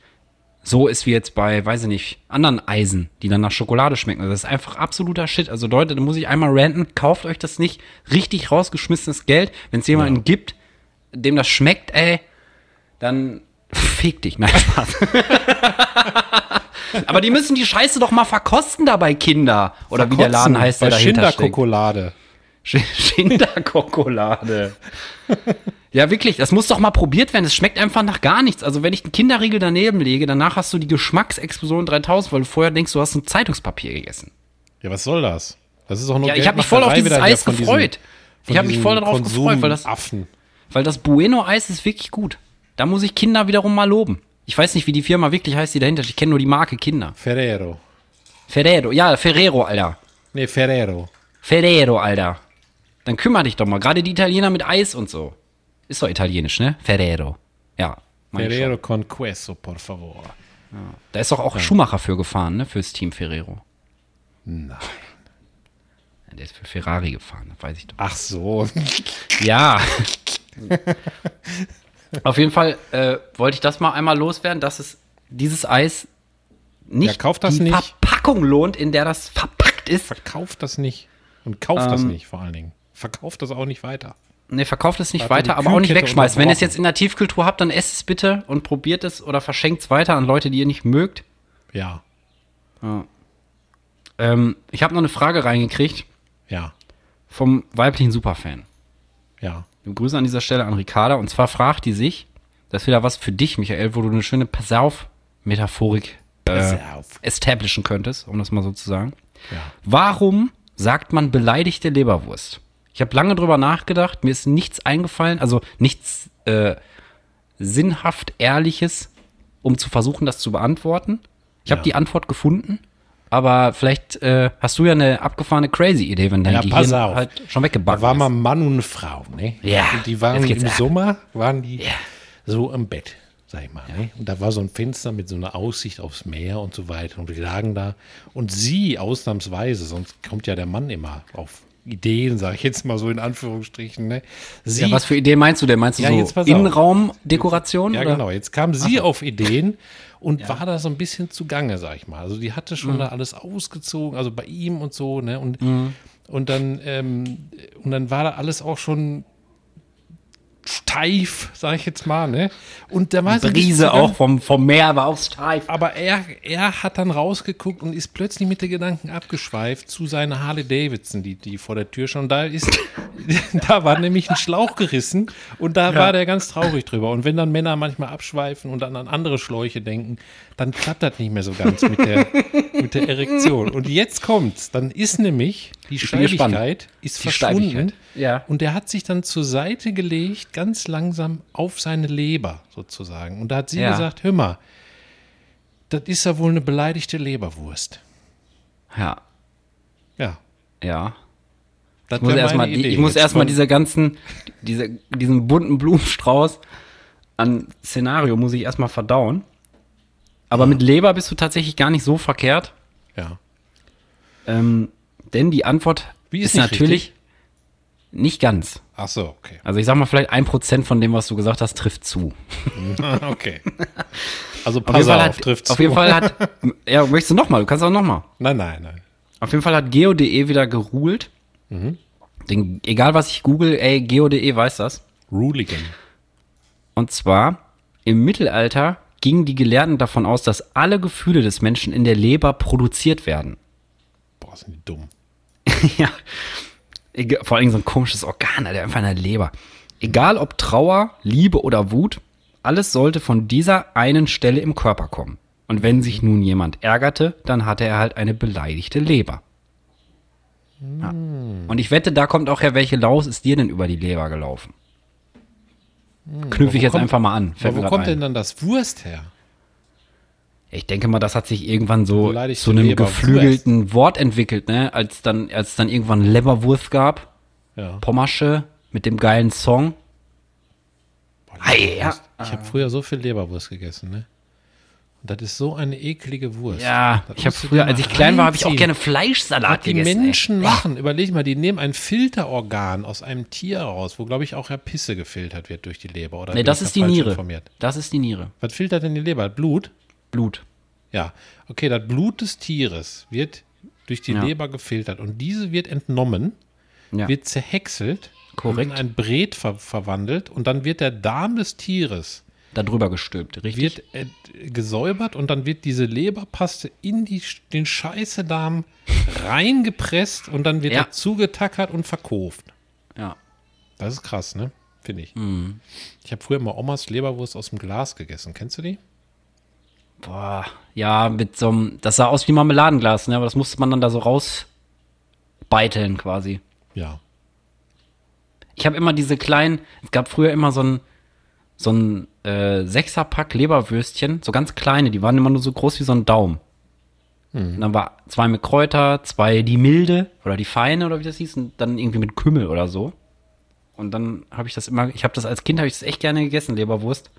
S2: so ist wie jetzt bei, weiß ich nicht, anderen Eisen, die dann nach Schokolade schmecken. Also das ist einfach absoluter Shit. Also Leute, da muss ich einmal ranten, kauft euch das nicht. Richtig rausgeschmissenes Geld. Wenn es jemanden gibt, dem das schmeckt, ey, dann fick dich. Nein, Spaß. Aber die müssen die Scheiße doch mal verkosten dabei, Kinder. Oder wie der Laden heißt, der
S3: bei
S2: dahinter steckt.
S3: Schinderkokolade.
S2: Schinderkokolade. ja, wirklich, das muss doch mal probiert werden. Es schmeckt einfach nach gar nichts. Also, wenn ich einen Kinderriegel daneben lege, danach hast du die Geschmacksexplosion 3000, weil du vorher denkst, du hast ein Zeitungspapier gegessen.
S3: Ja, was soll das? Das ist auch nur
S2: Ja, ich habe mich voll auf
S3: Geldmacherei
S2: dieses
S3: wieder hier
S2: Eis
S3: von diesem-
S2: gefreut.
S3: von
S2: Ich habe mich
S3: diesem
S2: voll darauf gefreut, weil das,
S3: Konsumaffen.
S2: weil das Bueno-Eis ist wirklich gut. Da muss ich Kinder wiederum mal loben. Ich weiß nicht, wie die Firma wirklich heißt, die dahinter steht. Ich kenne nur die Marke Kinder.
S3: Ferrero.
S2: Ferrero, ja, Ferrero, Alter.
S3: Nee, Ferrero.
S2: Ferrero, Alter. Dann kümmere dich doch mal. Gerade die Italiener mit Eis und so. Ist doch italienisch, ne? Ferrero. Ja. mein ich
S3: Ferrero con queso, por favor.
S2: schon. Da ist doch auch Schumacher für gefahren, ne? Fürs Team Ferrero. Nein. Der ist für Ferrari gefahren, das weiß ich doch.
S3: Ach so.
S2: Ja. Auf jeden Fall äh, wollte ich das mal einmal loswerden, dass es dieses Eis nicht
S3: Ja, kauft das
S2: die
S3: nicht.
S2: Verpackung lohnt, in der das verpackt ist.
S3: Verkauft das nicht. Und kauft
S2: Ähm.
S3: das nicht, vor allen Dingen. Verkauft das auch nicht weiter.
S2: Nee, verkauft es nicht
S3: Hat
S2: weiter,
S3: die
S2: aber auch nicht
S3: Kühlkette
S2: wegschmeißt. Wenn ihr es
S3: unterbrochen.
S2: jetzt in der Tiefkühltour habt, dann esst es bitte und probiert es oder verschenkt es weiter an Leute, die ihr nicht mögt.
S3: Ja,
S2: Ähm, ich habe noch eine Frage reingekriegt
S3: ja,
S2: vom weiblichen Superfan.
S3: ja.
S2: Grüße an dieser Stelle an Ricarda. Und zwar fragt die sich, das ist wieder was für dich, Michael, wo du eine schöne Pass auf Metaphorik äh,
S3: auf.
S2: establishen könntest, um das mal so zu sagen.
S3: Ja.
S2: Warum sagt man beleidigte Leberwurst? Ich habe lange drüber nachgedacht, mir ist nichts eingefallen, also nichts äh, sinnhaft Ehrliches, um zu versuchen, das zu beantworten. Ich habe
S3: Ja.
S2: die Antwort gefunden, aber vielleicht äh, hast du ja eine abgefahrene crazy Idee, wenn dein
S3: Ja,
S2: Gehirn
S3: pass auf.
S2: halt schon
S3: Da
S2: weggebacken
S3: war
S2: ist.
S3: mal ein Mann und eine Frau, ne?
S2: Ja,
S3: Und die
S2: jetzt
S3: waren
S2: geht's
S3: im
S2: ab.
S3: Sommer, waren die so im Bett. sag ich mal. Ne? Und da war so ein Fenster mit so einer Aussicht aufs Meer und so weiter. Und wir lagen da. Und sie ausnahmsweise, sonst kommt ja der Mann immer auf Ideen, sage ich jetzt mal so in Anführungsstrichen. Ne? Sie,
S2: Ja, was für Ideen meinst du denn? Meinst du
S3: Ja, jetzt
S2: so
S3: pass auf.
S2: Innenraumdekoration?
S3: Ja,
S2: oder?
S3: genau. Jetzt kam sie auf Ideen und war da so ein bisschen zugange, sag ich mal. Also die hatte
S2: Mhm.
S3: schon da alles ausgezogen, also bei ihm und so, ne? Und, und dann, ähm, und dann war da alles auch schon steif, sag ich jetzt mal, ne? Und da war so ein bisschen
S2: Brise
S3: zugange.
S2: auch vom, vom Meer war auch steif.
S3: Aber er, er hat dann rausgeguckt und ist plötzlich mit den Gedanken abgeschweift zu seiner Harley Davidson, die, die vor der Tür schon da ist. da war nämlich ein Schlauch gerissen und da war der ganz traurig drüber. Und wenn dann Männer manchmal abschweifen und dann an andere Schläuche denken, dann klappt das nicht mehr so ganz mit der, mit der Erektion. Und jetzt kommt's. Dann ist nämlich die
S2: bin gespannt.
S3: Steifigkeit ist
S2: Die
S3: verschwunden.
S2: Steifigkeit. Ja.
S3: Und er hat sich dann zur Seite gelegt, ganz langsam auf seine Leber sozusagen. Und da hat sie
S2: Ja.
S3: gesagt, hör mal, das ist ja wohl eine beleidigte Leberwurst.
S2: Ja,
S3: Ja.
S2: ja.
S3: Das
S2: Ich muss
S3: wär
S2: erstmal
S3: meine Idee
S2: die, ich muss
S3: jetzt
S2: erstmal
S3: von-
S2: diese ganzen, diese, diesen bunten Blumenstrauß an Szenario muss ich erstmal verdauen. Aber mit Leber bist du tatsächlich gar nicht so verkehrt,
S3: Ja.
S2: ähm, denn die Antwort
S3: Wie ist
S2: ist,
S3: nicht
S2: natürlich nicht ganz.
S3: Ach so, okay.
S2: Also ich sag mal, vielleicht ein Prozent von dem, was du gesagt hast, trifft zu.
S3: okay. Also pass auf,
S2: Fall hat,
S3: trifft's.
S2: auf jeden
S3: zu.
S2: Fall hat, ja, möchtest du nochmal, du kannst auch nochmal.
S3: Nein, nein, nein.
S2: Auf jeden Fall hat geo.de wieder geruhlt.
S3: Mhm.
S2: Den, egal was ich google, ey, geo.de weiß das.
S3: Ruligan.
S2: Und zwar, im Mittelalter gingen die Gelehrten davon aus, dass alle Gefühle des Menschen in der Leber produziert werden.
S3: Boah, sind die dumm.
S2: ja. Ege- Vor allem so ein komisches Organ, der einfach in der Leber. Egal ob Trauer, Liebe oder Wut, alles sollte von dieser einen Stelle im Körper kommen. Und wenn sich nun jemand ärgerte, dann hatte er halt eine beleidigte Leber. Ja. Und ich wette, da kommt auch her, welche Laus ist dir denn über die Leber gelaufen? Knüpfe ich jetzt
S3: Hm. kommt-
S2: einfach mal an. fällt
S3: Aber
S2: mir
S3: wo
S2: grad
S3: kommt
S2: ein.
S3: denn dann das Wurst her?
S2: Ich denke mal, das hat sich irgendwann so
S3: Beleidigte
S2: zu einem
S3: Leber.
S2: geflügelten Wort entwickelt, ne? Als dann, als es dann irgendwann Leberwurst gab,
S3: Ja.
S2: Pommersche mit dem geilen Song. Ei, ja.
S3: Ich habe früher so viel Leberwurst gegessen, ne? Und das ist so eine eklige Wurst.
S2: Ja,
S3: Das
S2: ich habe
S3: musst du
S2: früher,
S3: dir
S2: als
S3: mal
S2: ich klein war, habe ich auch
S3: reinziehen.
S2: gerne Fleischsalat
S3: Was Ah, die
S2: gegessen. ey. Äh.
S3: Menschen machen, überleg mal, die nehmen ein Filterorgan aus einem Tier raus, wo, glaube ich, auch ja Pisse gefiltert wird durch die Leber. Oder
S2: Nee,
S3: bin
S2: das
S3: ich da
S2: ist die
S3: falsch
S2: Niere.
S3: informiert?
S2: Das ist die Niere.
S3: Was filtert denn die Leber? Blut?
S2: Blut.
S3: Ja. Okay, das Blut des Tieres wird durch die
S2: Ja.
S3: Leber gefiltert und diese wird entnommen,
S2: Ja.
S3: wird zerhäckselt,
S2: Korrekt.
S3: in ein Bret ver verwandelt und dann wird der Darm des Tieres
S2: Da drüber gestülpt, richtig?
S3: wird äh, gesäubert und dann wird diese Leberpaste in die, Sch- den Scheißedarm reingepresst und dann wird
S2: Ja.
S3: er zugetackert und verkauft.
S2: Ja.
S3: Das ist krass, ne? Finde ich. Ich habe früher mal Omas Leberwurst aus dem Glas gegessen. Kennst du die?
S2: Boah. Ja, mit so einem, das sah aus wie Marmeladenglas, ne? Aber das musste man dann da so rausbeiteln quasi.
S3: Ja.
S2: Ich habe immer diese kleinen, es gab früher immer so ein, so ein äh, Sechserpack Leberwürstchen, so ganz kleine, die waren immer nur so groß wie so ein Daumen. Und dann war zwei mit Kräuter, zwei die milde oder die feine oder wie das hieß und dann irgendwie mit Kümmel oder so. Und dann habe ich das immer, ich habe das als Kind, habe ich das echt gerne gegessen, Leberwurst.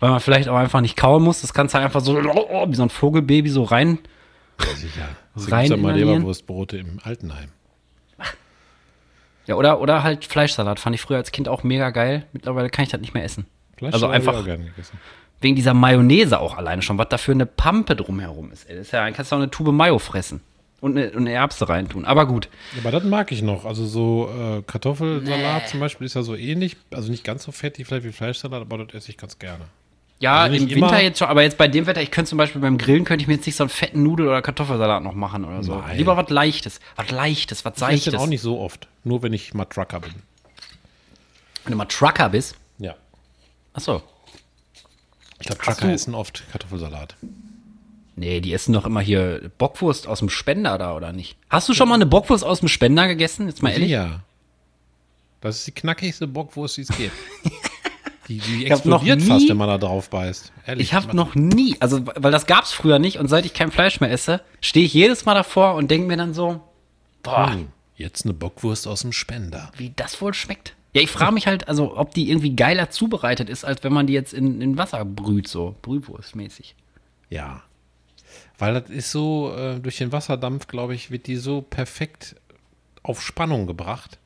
S2: Weil man vielleicht auch einfach nicht kauen muss, das kannst du halt einfach so, wie so ein Vogelbaby so rein.
S3: Sicher.
S2: Rein
S3: Rein ja mal
S2: inhalieren.
S3: Leberwurstbrote im Altenheim.
S2: Ja, oder, oder halt Fleischsalat, fand ich früher als Kind auch mega geil. Mittlerweile kann ich das nicht mehr essen.
S3: Fleisch
S2: also
S3: habe ich
S2: einfach,
S3: auch gerne gegessen.
S2: Wegen dieser Mayonnaise auch alleine schon, was da für eine Pampe drumherum ist. Ey. Das ist ja, dann kannst du auch eine Tube Mayo fressen und eine, und eine Erbse reintun. Aber gut,
S3: Aber das mag ich noch. Also so äh, Kartoffelsalat zum Beispiel ist ja so ähnlich. Also nicht ganz so fettig vielleicht wie Fleischsalat, aber das esse ich ganz gerne.
S2: ja,
S3: Also nicht
S2: im Winter
S3: immer-
S2: jetzt schon, aber jetzt bei dem Wetter, ich könnte zum Beispiel beim Grillen, könnte ich mir jetzt nicht so einen fetten Nudel- oder Kartoffelsalat noch machen oder so.
S3: Nein.
S2: Lieber was Leichtes, was Leichtes, was
S3: Ich esse
S2: Seichtes.
S3: den auch nicht so oft. Nur wenn ich mal Trucker bin.
S2: Wenn du mal Trucker bist,
S3: Ja.
S2: achso,
S3: Ich glaube,
S2: Hast
S3: Trucker
S2: du-
S3: essen oft Kartoffelsalat.
S2: nee, die essen doch immer hier Bockwurst aus dem Spender da, oder nicht? Hast du schon mal eine Bockwurst aus dem Spender gegessen? Jetzt mal ehrlich.
S3: Ja. Das ist die knackigste Bockwurst, die es gibt. die, die
S2: hab noch
S3: explodiert
S2: nie-
S3: fast, wenn man da drauf beißt. Ehrlich.
S2: Ich habe noch nie, also weil das gab's früher nicht und seit ich kein Fleisch mehr esse, stehe ich jedes Mal davor und denke mir dann so, boah,
S3: Jetzt eine Bockwurst aus dem Spender.
S2: wie das wohl schmeckt. Ja, ich frage mich halt, also, ob die irgendwie geiler zubereitet ist, als wenn man die jetzt in, in Wasser brüht, so Brühwurstmäßig.
S3: Ja. Weil das ist so, äh, durch den Wasserdampf, glaube ich, wird die so perfekt auf Spannung gebracht,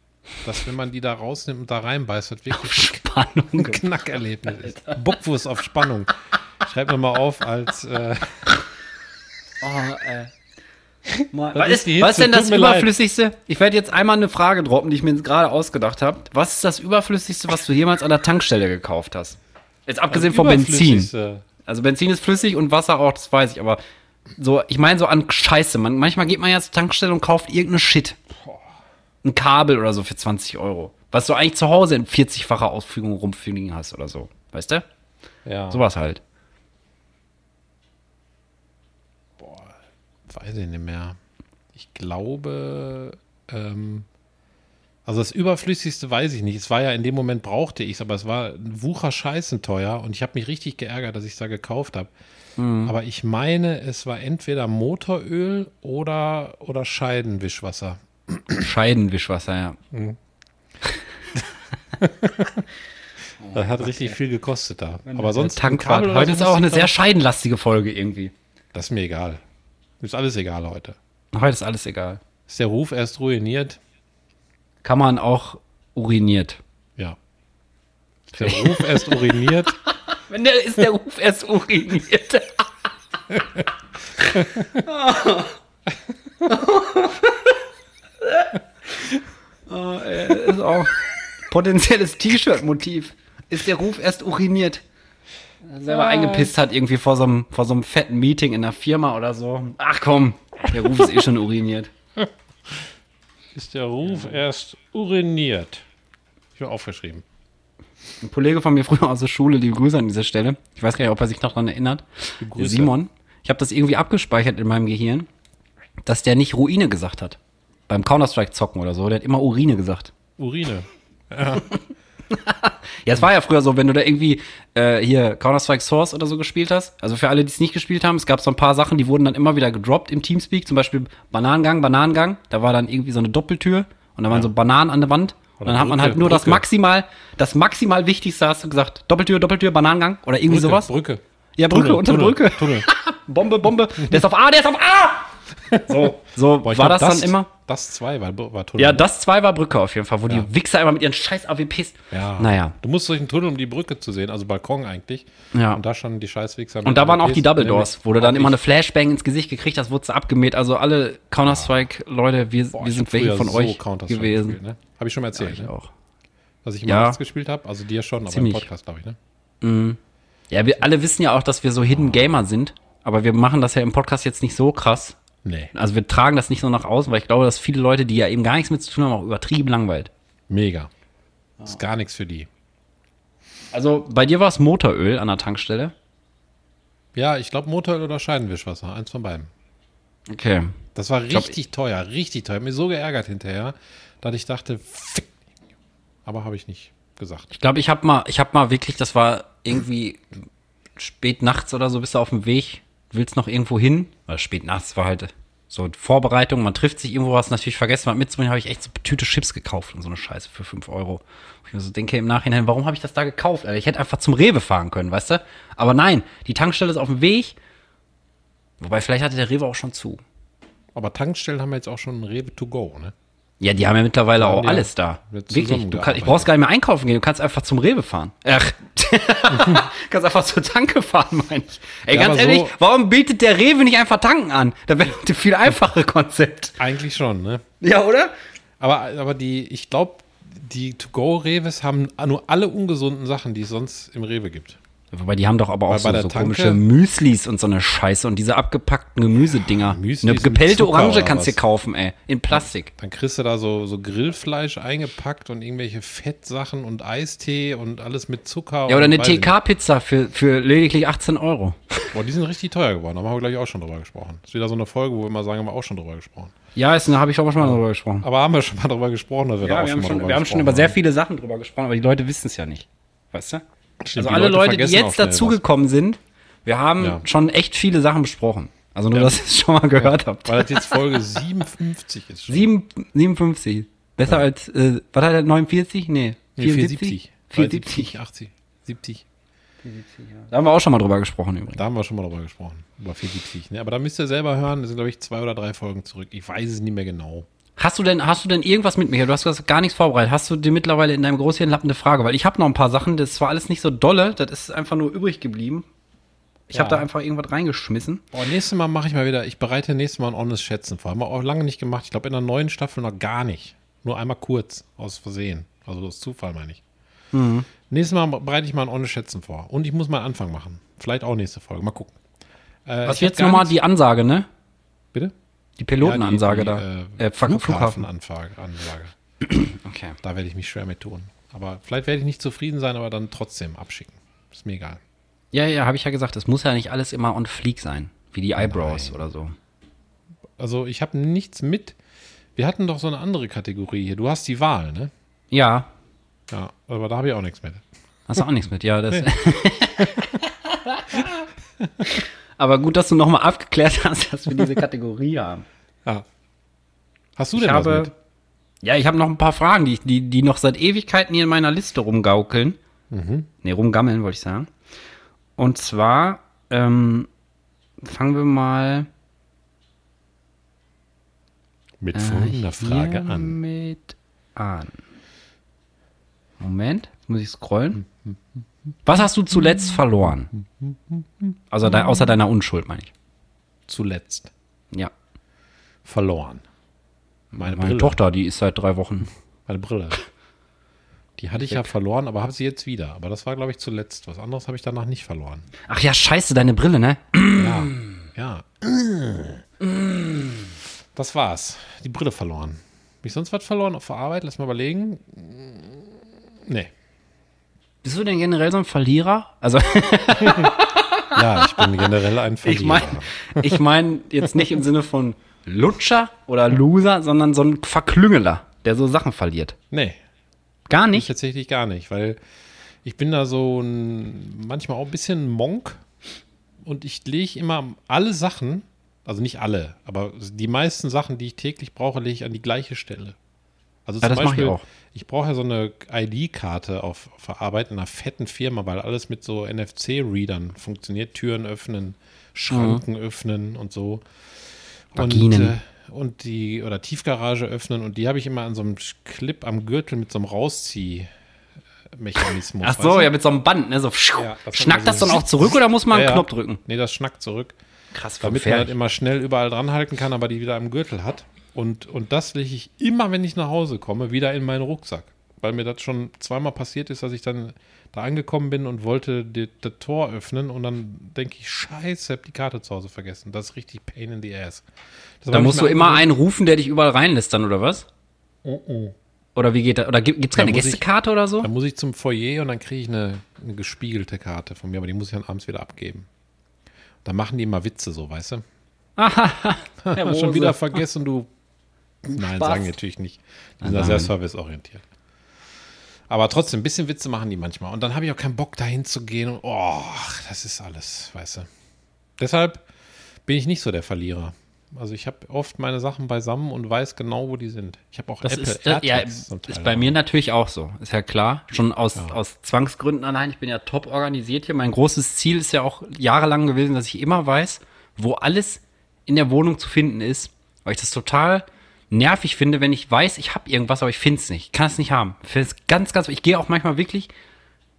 S3: dass wenn man die da rausnimmt und da reinbeißt, das wirklich
S2: Spannung.
S3: ein Knackerlebnis ist. Bockwurst auf Spannung. Schreib mir mal auf als äh,
S2: Oh, Was
S3: ist
S2: ist,
S3: die
S2: was ist
S3: Hitze,
S2: denn das
S3: tut mir leid.
S2: Überflüssigste? Ich werde jetzt einmal eine Frage droppen, die ich mir jetzt gerade ausgedacht habe. Was ist das Überflüssigste, was du jemals an der Tankstelle gekauft hast? Jetzt abgesehen vom Benzin.
S3: Also überflüssigste-
S2: Also Benzin ist flüssig und Wasser auch, das weiß ich, aber so, ich meine so an Scheiße. Man, manchmal geht man ja zur Tankstelle und kauft irgendeine Shit. Ein Kabel oder so für 20 Euro. Was du eigentlich zu Hause in 40-facher Ausführung rumfliegen hast oder so. Weißt du?
S3: Ja.
S2: Sowas halt.
S3: Weiß ich nicht mehr. Ich glaube, ähm, also das Überflüssigste weiß ich nicht. Es war ja in dem Moment brauchte ich es, aber es war ein Wucher scheißen teuer und ich habe mich richtig geärgert, dass ich es da gekauft habe. Aber ich meine, es war entweder Motoröl oder, oder Scheidenwischwasser.
S2: Scheidenwischwasser, ja.
S3: Das hat richtig viel gekostet da. Aber sonst ein
S2: Tankwart.
S3: Kabel oder
S2: Heute ist
S3: sowas,
S2: auch eine
S3: ich
S2: sehr
S3: glaub,
S2: scheidenlastige Folge irgendwie.
S3: Das ist mir egal. Ist alles egal heute.
S2: Heute ist alles egal.
S3: Ist der Ruf erst ruiniert?
S2: Kann man auch uriniert.
S3: Ja. Ist der Ruf erst uriniert?
S2: Wenn der ist der Ruf erst uriniert. oh, ey, ist auch potenzielles T-Shirt-Motiv. Ist der Ruf erst uriniert. Selber eingepisst hat irgendwie vor so, einem, vor so einem fetten Meeting in der Firma oder so. Ach komm, der Ruf ist eh schon uriniert.
S3: Ist der Ruf erst uriniert? Ich bin aufgeschrieben.
S2: Ein Kollege von mir früher aus der Schule, liebe Grüße an dieser Stelle. Ich weiß gar nicht, ob er sich noch daran erinnert.
S3: Grüße.
S2: Simon, ich habe das irgendwie abgespeichert in meinem Gehirn, dass der nicht Ruine gesagt hat. Beim Counter-Strike-Zocken oder so. Der hat immer Urine gesagt.
S3: Urine.
S2: Ja, es war ja früher so, wenn du da irgendwie äh, hier Counter-Strike Source oder so gespielt hast. Also für alle, die es nicht gespielt haben, es gab so ein paar Sachen, die wurden dann immer wieder gedroppt im Teamspeak. Zum Beispiel Bananengang, Bananengang. Da war dann irgendwie so eine Doppeltür und da waren so Bananen an der Wand. Und
S3: Oder
S2: dann hat man
S3: Brücke,
S2: halt nur das
S3: Brücke.
S2: maximal, das maximal Wichtigste hast du gesagt. Doppeltür, Doppeltür, Bananengang oder irgendwie sowas.
S3: Brücke.
S2: Ja, Brücke,
S3: Tunnel,
S2: unter der
S3: Tunnel,
S2: Brücke.
S3: Tunnel.
S2: Bombe, Bombe. Der ist auf A, der ist auf A! So, so
S3: Boah, ich
S2: war
S3: glaub,
S2: das, dann immer.
S3: Das zwei war, war Tunnel.
S2: Ja, das zwei war Brücke auf jeden Fall, wo die Wichser immer mit ihren scheiß AWPs.
S3: Ja.
S2: Naja.
S3: Du musst durch den Tunnel, um die Brücke zu sehen, also Balkon eigentlich.
S2: Ja.
S3: Und da standen die Scheißwichser.
S2: Und da waren auch die Double Doors, wo du dann immer eine Flashbang ins Gesicht gekriegt hast, wurdest du abgemäht. Also alle Counter-Strike-Leute, wir, wir sind welche von euch gewesen.
S3: Gespielt, ne? Habe ich schon mal erzählt,
S2: Ich
S3: ne?
S2: auch.
S3: dass ich immer
S2: Ja.
S3: nachts gespielt habe. Also dir schon, aber
S2: Ziemlich.
S3: im Podcast, glaube ich. Ne?
S2: Ja, wir alle wissen ja auch, dass wir so Hidden Gamer sind, aber wir machen das ja im Podcast jetzt nicht so krass.
S3: Nee.
S2: Also wir tragen das nicht so nach außen, weil ich glaube, dass viele Leute, die ja eben gar nichts mit zu tun haben, auch übertrieben langweilt.
S3: Mega. Ist gar nichts für die.
S2: Also bei dir war es Motoröl an der Tankstelle.
S3: Ja, ich glaube Motoröl oder Scheidenwischwasser. Eins von beiden.
S2: Okay.
S3: Das war
S2: glaub,
S3: richtig teuer, richtig teuer. Hat Mir so geärgert hinterher, dass ich dachte, fick. aber habe ich nicht gesagt.
S2: Ich glaube, ich habe mal, ich habe mal wirklich, das war irgendwie spät nachts oder so, bist du auf dem Weg, willst noch irgendwo hin? Oder spät nachts war halt so Vorbereitung, man trifft sich irgendwo, hast natürlich vergessen, was mitzubringen, habe ich echt so eine Tüte Chips gekauft und so eine Scheiße für 5 Euro. Und ich mir so denke im Nachhinein, warum habe ich das da gekauft? Alter? Ich hätte einfach zum Rewe fahren können, weißt du? Aber nein, die Tankstelle ist auf dem Weg. Wobei, vielleicht hatte der Rewe auch schon zu.
S3: Aber Tankstellen haben wir jetzt auch schon ein Rewe to go, ne?
S2: Ja, die haben ja mittlerweile auch
S3: die ja
S2: alles da.
S3: mit
S2: Wirklich, du kann, ich
S3: zusammengearbeitet.
S2: brauchst gar nicht mehr einkaufen gehen, du kannst einfach zum Rewe fahren. Ach, kannst einfach zur Tanke fahren, meine ich. Ey,
S3: Ja,
S2: ganz
S3: aber so-
S2: ehrlich, warum bietet der Rewe nicht einfach tanken an? Da wäre ein viel einfache Konzept.
S3: Eigentlich schon, ne?
S2: Ja, oder?
S3: Aber, aber die, ich glaube, die to go Rewes haben nur alle ungesunden Sachen, die es sonst im Rewe gibt.
S2: Wobei, die haben doch aber auch
S3: Weil bei
S2: so,
S3: der
S2: so
S3: Tanke-
S2: komische Müslis und so eine Scheiße und diese abgepackten Gemüsedinger.
S3: Müslis
S2: eine
S3: mit
S2: gepellte
S3: Zucker
S2: Orange
S3: oder
S2: kannst du
S3: was?
S2: dir kaufen, ey. In Plastik.
S3: Dann kriegst du da so, so Grillfleisch eingepackt und irgendwelche Fettsachen und Eistee und alles mit Zucker.
S2: Ja,
S3: und
S2: oder eine
S3: weiß ich
S2: TK-Pizza für, für lediglich 18 Euro.
S3: nicht. Boah, die sind richtig teuer geworden. Da haben wir, glaube ich, auch schon drüber gesprochen. Ist wieder so eine Folge, wo wir mal sagen, haben wir auch schon drüber gesprochen.
S2: Ja, ist, da habe ich auch schon mal drüber gesprochen.
S3: Aber haben wir schon mal drüber gesprochen, dass wir da
S2: Ja,
S3: auch
S2: wir
S3: schon
S2: haben
S3: mal
S2: schon,
S3: drüber
S2: wir haben schon
S3: gesprochen ne?
S2: über sehr viele Sachen drüber gesprochen, aber die Leute wissen es ja nicht. Weißt du?
S3: Stimmt,
S2: also
S3: die
S2: alle
S3: Leute
S2: Leute, die
S3: vergessen auch
S2: jetzt
S3: schnell
S2: dazugekommen sind, wir haben
S3: Ja.
S2: schon echt viele Sachen besprochen. Also nur, dass ihr es schon mal gehört habt.
S3: Weil das jetzt Folge 57 ist. Schon.
S2: Sieben, 57. Besser als, äh, was hat er, 49? Nee, Nee,
S3: 470.
S2: 470.
S3: 80, 70.
S2: Da haben wir auch schon mal drüber gesprochen übrigens.
S3: Da haben wir schon mal drüber gesprochen, über 470. Ne? Aber da müsst ihr selber hören, das sind, glaube ich, zwei oder drei Folgen zurück. Ich weiß es nicht mehr genau.
S2: Hast du denn, hast du denn irgendwas mit mir? Du hast gesagt, gar nichts vorbereitet. Hast du dir mittlerweile in deinem Großhirn lappende Frage? Weil ich habe noch ein paar Sachen, das war alles nicht so dolle, das ist einfach nur übrig geblieben. Ich
S3: Ja.
S2: habe da einfach irgendwas reingeschmissen.
S3: Oh, nächstes Mal mache ich mal wieder, ich bereite nächstes Mal ein ordentliches Schätzen vor. Haben wir auch lange nicht gemacht. Ich glaube, in der neuen Staffel noch gar nicht. Nur einmal kurz, aus Versehen. Also aus Zufall, meine ich.
S2: Mhm.
S3: Nächstes Mal bereite ich mal ein ordentliches Schätzen vor. Und ich muss mal einen Anfang machen. Vielleicht auch nächste Folge. Mal gucken. Äh,
S2: Was
S3: ich hab
S2: jetzt
S3: gar
S2: nochmal
S3: nichts-
S2: die Ansage, ne?
S3: Bitte?
S2: Die
S3: Ja, die-
S2: Pilotenansage
S3: die,
S2: da.
S3: Äh,
S2: Äh, Flughafen. Flughafen.
S3: Flughafenanfrage- Ansage.
S2: Okay.
S3: Da werde ich mich schwer mit tun. Aber vielleicht werde ich nicht zufrieden sein, aber dann trotzdem abschicken. Ist mir egal.
S2: Ja, ja, habe ich ja gesagt, es muss ja nicht alles immer on fleek sein. Wie die Eyebrows oder so.
S3: Also ich habe nichts mit. Wir hatten doch so eine andere Kategorie hier. Du hast die Wahl, ne?
S2: Ja,
S3: Ja, aber da habe ich auch nichts mit.
S2: hast du auch nichts mit. Ja, das. Aber gut, dass du nochmal abgeklärt hast, dass wir diese Kategorie haben.
S3: Ja. Hast du
S2: Ich
S3: denn was
S2: habe,
S3: mit?
S2: ja, ich habe noch ein paar Fragen, die, ich- die, die noch seit Ewigkeiten hier in meiner Liste rumgaukeln.
S3: Mhm.
S2: Ne, rumgammeln, wollte ich sagen. Und zwar ähm, fangen wir mal
S3: Mit
S2: Ah,
S3: folgender Frage an.
S2: hiermit an. Moment, jetzt muss ich scrollen. Was hast du zuletzt verloren? Also de außer deiner Unschuld, meine ich.
S3: Zuletzt
S2: Ja.
S3: verloren. Meine,
S2: Meine
S3: Brille.
S2: Tochter, die ist seit drei Wochen.
S3: Meine Brille. Die hatte ich ja verloren, aber habe sie jetzt wieder. Aber das war, glaube ich, zuletzt. Was anderes habe ich danach nicht verloren.
S2: Ach ja, scheiße, deine Brille, ne?
S3: Ja. ja. Das war's. Die Brille verloren. Hab ich sonst was verloren auf der Arbeit? Lass mal überlegen. Nee.
S2: Bist du denn generell so ein Verlierer? Also,
S3: Ja, ich bin generell ein Verlierer.
S2: ich meine ich mein jetzt nicht im Sinne von Lutscher oder Loser, sondern so ein Verklüngeler, der so Sachen verliert.
S3: nee,
S2: Gar
S3: ich
S2: nicht?
S3: tatsächlich gar nicht, weil ich bin da so ein, manchmal auch ein bisschen Monk und ich lege immer alle Sachen, also nicht alle, aber die meisten Sachen, die ich täglich brauche, lege ich an die gleiche Stelle. Also
S2: Ja, das mache ich auch.
S3: ich brauche ja so eine ID-Karte auf, auf der Arbeit in einer fetten Firma, weil alles mit so NFC-Readern funktioniert. Türen öffnen, Schranken
S2: Mhm.
S3: öffnen und so.
S2: Vaginen.
S3: Und, äh, und die, oder Tiefgarage öffnen und die habe ich immer an so einem Clip am Gürtel mit so einem Rausziehmechanismus.
S2: Ach
S3: weißt
S2: so,
S3: du?
S2: ja, mit so einem Band, ne? So,
S3: Ja, das hat man
S2: schnackt das
S3: so-
S2: dann auch zurück oder muss man
S3: Ja,
S2: einen
S3: ja.
S2: Knopf drücken?
S3: Nee, das schnackt zurück.
S2: Krass, vom
S3: Damit man halt
S2: Pferd.
S3: immer schnell überall dran halten kann, aber die wieder am Gürtel hat. Und, und das lege ich immer, wenn ich nach Hause komme, wieder in meinen Rucksack. Weil mir das schon zweimal passiert ist, dass ich dann da angekommen bin und wollte die- das Tor öffnen und dann denke ich, scheiße, hab die Karte zu Hause vergessen. Das ist richtig pain in the ass. Das
S2: Da
S3: war
S2: musst
S3: nicht
S2: du
S3: mehr
S2: immer einen
S3: angenehm.
S2: rufen, der dich überall reinlässt dann, oder was?
S3: Oh, oh.
S2: Oder wie geht das? Oder gibt es keine
S3: muss ich-
S2: Gästekarte oder so?
S3: Dann muss ich zum Foyer und dann kriege ich eine, eine gespiegelte Karte von mir, aber die muss ich dann abends wieder abgeben. Dann machen die immer Witze so, weißt du?
S2: Ah, Ja,
S3: schon wieder vergessen, du. Nein,
S2: Spaß.
S3: sagen die natürlich nicht. Die sind da sehr serviceorientiert. Aber trotzdem, ein bisschen Witze machen die manchmal. Und dann habe ich auch keinen Bock, dahin zu gehen. Und, oh, das ist alles, weißt du. Deshalb bin ich nicht so der Verlierer. Also ich habe oft meine Sachen beisammen und weiß genau, wo die sind. Ich habe auch
S2: Das
S3: Apple
S2: ist, das, ja,
S3: AirTags zum Teil
S2: ist bei mir natürlich auch so. Ist ja klar. Schon aus, aus Zwangsgründen allein. Ich bin ja top organisiert hier. Mein großes Ziel ist ja auch jahrelang gewesen, dass ich immer weiß, wo alles in der Wohnung zu finden ist. Weil ich das total nervig finde, wenn ich weiß, ich habe irgendwas, aber ich finde es nicht. Ich kann es nicht haben. Ich finde es ganz, ganz. Ich gehe auch manchmal wirklich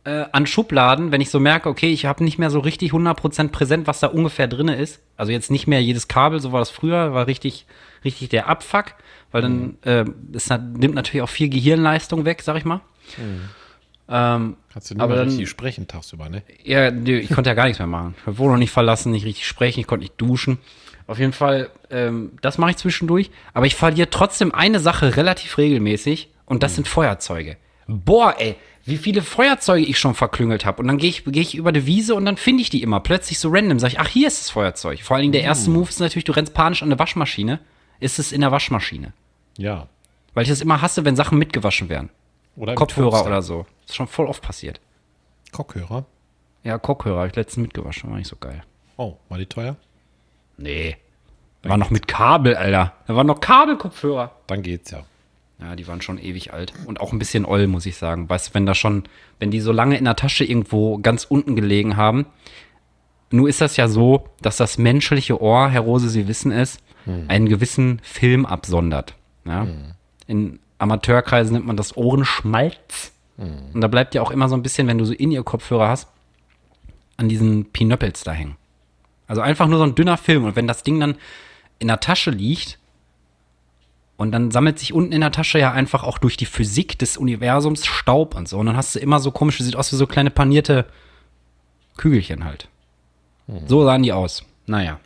S2: äh, an Schubladen, wenn ich so merke, okay, ich habe nicht mehr so richtig 100% präsent, was da ungefähr drin ist. Also jetzt nicht mehr jedes Kabel, so war das früher, war richtig, richtig der Abfuck, weil dann äh, es hat, nimmt natürlich auch viel Gehirnleistung weg, sag ich mal. Ähm,
S3: Kannst du nicht
S2: aber
S3: mehr
S2: dann-
S3: richtig sprechen tagsüber, ne?
S2: ja, nö, ich konnte ja gar nichts mehr machen. Ich habe Wohnung nicht verlassen, nicht richtig sprechen, ich konnte nicht duschen. Auf jeden Fall, ähm, das mache ich zwischendurch. Aber ich verliere trotzdem eine Sache relativ regelmäßig und
S3: Mhm.
S2: das sind Feuerzeuge. Boah, ey, wie viele Feuerzeuge ich schon verklüngelt habe. Und dann gehe ich, geh ich über die Wiese und dann finde ich die immer plötzlich so random. Sag ich, ach, hier ist das Feuerzeug. Vor allen Dingen der
S3: Oh.
S2: erste Move ist natürlich, du rennst panisch an eine Waschmaschine. Ist es in der Waschmaschine?
S3: Ja.
S2: Weil ich das immer hasse, wenn Sachen mitgewaschen werden.
S3: Oder im
S2: Kopfhörer
S3: Toaster.
S2: oder so. Ist schon voll oft passiert.
S3: Kopfhörer.
S2: Ja, Kopfhörer habe ich letztens mitgewaschen, war nicht so geil.
S3: Oh, war die teuer?
S2: Nee. War noch mit Kabel, Alter. Da waren noch Kabelkopfhörer.
S3: Dann geht's ja.
S2: Ja, die waren schon ewig alt. Und auch ein bisschen oll, muss ich sagen. Weißt du, wenn da schon, wenn die so lange in der Tasche irgendwo ganz unten gelegen haben. Nur ist das ja so, dass das menschliche Ohr, Herr Rose, Sie wissen es, einen gewissen Film absondert. Ja? In Amateurkreisen nennt man das Ohrenschmalz. Und da bleibt ja auch immer so ein bisschen, wenn du so in ihr Kopfhörer hast, an diesen Pinöppels da hängen. Also einfach nur so ein dünner Film. Und wenn das Ding dann in der Tasche liegt, und dann sammelt sich unten in der Tasche ja einfach auch durch die Physik des Universums Staub und so. Und dann hast du immer so komische, sieht aus wie so kleine panierte Kügelchen halt. So sahen die aus. Naja.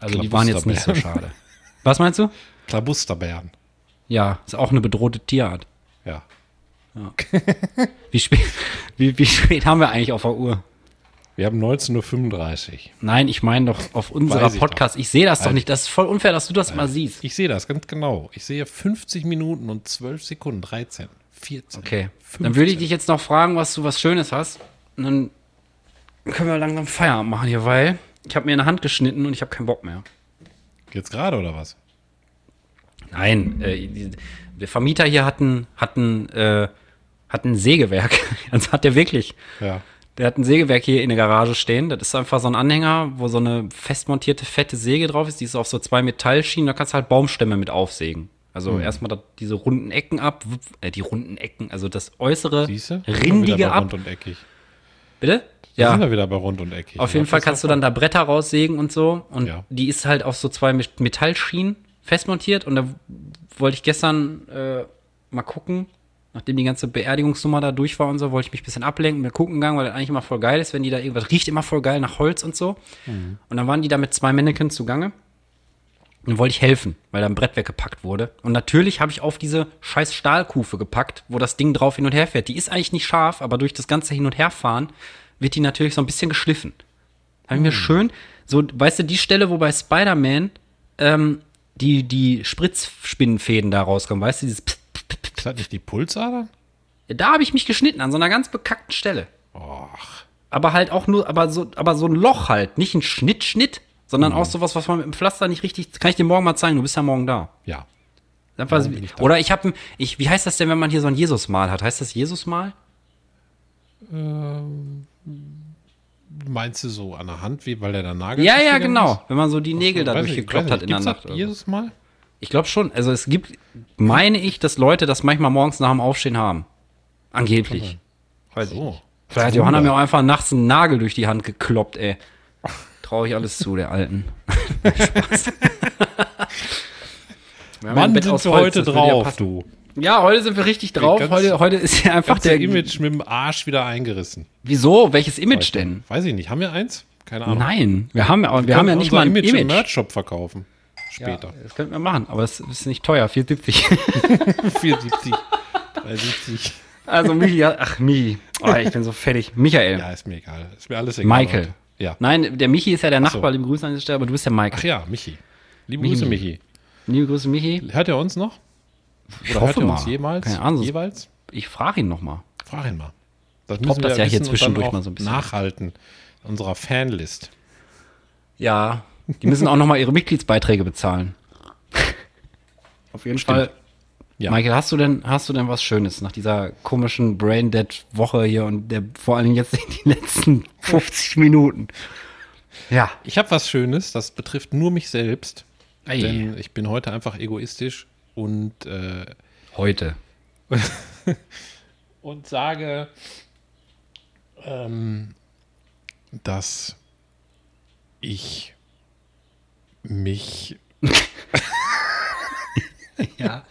S2: Also die waren jetzt nicht so schade. Was meinst du?
S3: Klabusterbären.
S2: Ja, ist auch eine bedrohte Tierart.
S3: Ja.
S2: Wie spät, wie, wie spät haben wir eigentlich auf der Uhr?
S3: Wir haben 19.35 Uhr.
S2: Nein, ich meine doch auf unserer
S3: Weiß ich
S2: Podcast. Ich sehe das doch nicht. Das ist voll unfair, dass du das mal siehst.
S3: Ich sehe das ganz genau. Ich sehe 50 Minuten und 12 Sekunden, 13, 14.
S2: Okay. Dann würde ich dich jetzt noch fragen, was du was Schönes hast. Und dann können wir langsam Feierabend machen hier, weil ich habe mir eine Hand geschnitten und ich habe keinen Bock mehr.
S3: Jetzt gerade oder was?
S2: Nein, äh, die- der Vermieter hier hat ein, hat ein, äh, hat ein Sägewerk. Das hat er wirklich.
S3: Ja.
S2: Der hat ein Sägewerk hier in der Garage stehen. Das ist einfach so ein Anhänger, wo so eine festmontierte, fette Säge drauf ist. Die ist auf so zwei Metallschienen. Da kannst du halt Baumstämme mit aufsägen. Also
S3: Hm.
S2: erstmal da- diese runden Ecken ab. wupp, Äh, die runden Ecken, also das äußere,
S3: Siehste? Sind wir wieder
S2: rindige
S3: bei
S2: ab.
S3: Rund und eckig.
S2: Bitte?
S3: Ja.
S2: Ja.
S3: Sind wir wieder bei rund und eckig.
S2: Auf jeden Fall kannst du dann da Bretter raussägen und so. Und
S3: Ja.
S2: die ist halt auf so zwei Met- Metallschienen festmontiert. Und da wollte ich gestern äh, mal gucken, nachdem die ganze Beerdigungsnummer da durch war und so, wollte ich mich ein bisschen ablenken, mir gucken gegangen, weil das eigentlich immer voll geil ist, wenn die da irgendwas riecht, immer voll geil nach Holz und so. Und dann waren die da mit zwei Mannequins zugange. Und dann wollte ich helfen, weil da ein Brett weggepackt wurde. Und natürlich habe ich auf diese scheiß Stahlkufe gepackt, wo das Ding drauf hin und her fährt. Die ist eigentlich nicht scharf, aber durch das ganze Hin- und Herfahren wird die natürlich so ein bisschen geschliffen. Habe ich
S3: Hm.
S2: mir schön, so, weißt du, die Stelle, wo bei Spider-Man ähm, die, die Spritzspinnenfäden da rauskommen, weißt du, dieses Pst, Pst, Pst, Pst.
S3: Ist das nicht die Pulsader?
S2: Da habe ich mich geschnitten, an so einer ganz bekackten Stelle. Aber halt auch nur, aber so, aber so ein Loch halt, nicht ein Schnitt, Schnitt, sondern
S3: Hm.
S2: auch sowas, was man mit dem Pflaster nicht richtig. Kann ich dir morgen mal zeigen, du bist ja morgen da.
S3: Ja.
S2: Einfach,
S3: Morgen bin ich da.
S2: oder ich habe, ich, wie heißt das denn, wenn man hier so ein Jesusmal hat? Heißt das Jesusmal?
S3: Meinst du so an der Hand, wie, weil der da Nagel
S2: Ja, ja,
S3: durchgegangen
S2: genau.
S3: ist?
S2: Wenn man so die Nägel da
S3: Weiß ich- weiß
S2: durchgekloppt hat in
S3: nicht.
S2: der
S3: Gibt's
S2: Nacht.
S3: das
S2: oder so.
S3: Jedes Mal?
S2: Ich glaube schon. Also es gibt, meine ich, dass Leute das manchmal morgens nach dem Aufstehen haben. Angeblich.
S3: Weiß so.
S2: Vielleicht hat Johanna mir auch einfach nachts einen Nagel durch die Hand gekloppt, ey. Traue ich alles zu, der Alten. Spaß. Wir haben ja ein
S3: Mann,
S2: Bett
S3: sind
S2: aus
S3: wir
S2: Holz,
S3: heute
S2: das würde ja
S3: drauf,
S2: passen.
S3: du.
S2: Ja, heute sind wir richtig drauf.
S3: ganz-
S2: Heute, heute ist ja einfach
S3: Hat der
S2: der.
S3: Image mit dem Arsch wieder eingerissen.
S2: Wieso? Welches Image denn?
S3: Weiß ich nicht. Haben wir eins? Keine Ahnung.
S2: Nein, wir haben ja, auch- wir haben
S3: Können
S2: ja nicht
S3: unser
S2: mal ein
S3: Image, im
S2: Image.
S3: Merch-Shop verkaufen. Später.
S2: Das könnten wir machen, aber es ist nicht teuer, 470.
S3: 74. 73.
S2: Also Michi, ja, ach Michi, oh, ich bin so fertig. Michael,
S3: Ja, ist mir egal. Ist mir alles egal.
S2: Michael.
S3: Heute. Ja.
S2: Nein, der Michi ist ja der Nachbar, liebe Grüße an dieser Stelle, aber du bist ja Michael.
S3: Ach ja, Michi. Liebe Grüße, Michi.
S2: Liebe Grüße, Michi.
S3: Hört er uns noch?
S2: Ich
S3: Oder hört
S2: hoffe
S3: er uns
S2: mal.
S3: jemals?
S2: Keine Ahnung, sonst-
S3: Jeweils?
S2: ich frage ihn nochmal.
S3: Frag ihn mal. Das
S2: Poppt das ja hier
S3: wissen und dann
S2: zwischendurch
S3: auch
S2: mal so ein bisschen.
S3: nachhalten. in Unserer Fanlist.
S2: Ja, die müssen auch nochmal ihre Mitgliedsbeiträge bezahlen. Auf jeden Fall.
S3: Ja.
S2: Michael, hast du denn, hast du denn was Schönes nach dieser komischen Braindead-Woche hier und der, vor allen Dingen jetzt die letzten 50 Minuten? Ja.
S3: Ich habe was Schönes, das betrifft nur mich selbst.
S2: Ei.
S3: Denn ich bin heute einfach egoistisch und, äh,
S2: Heute.
S3: und sage, ähm, dass ich mich,
S2: Ja.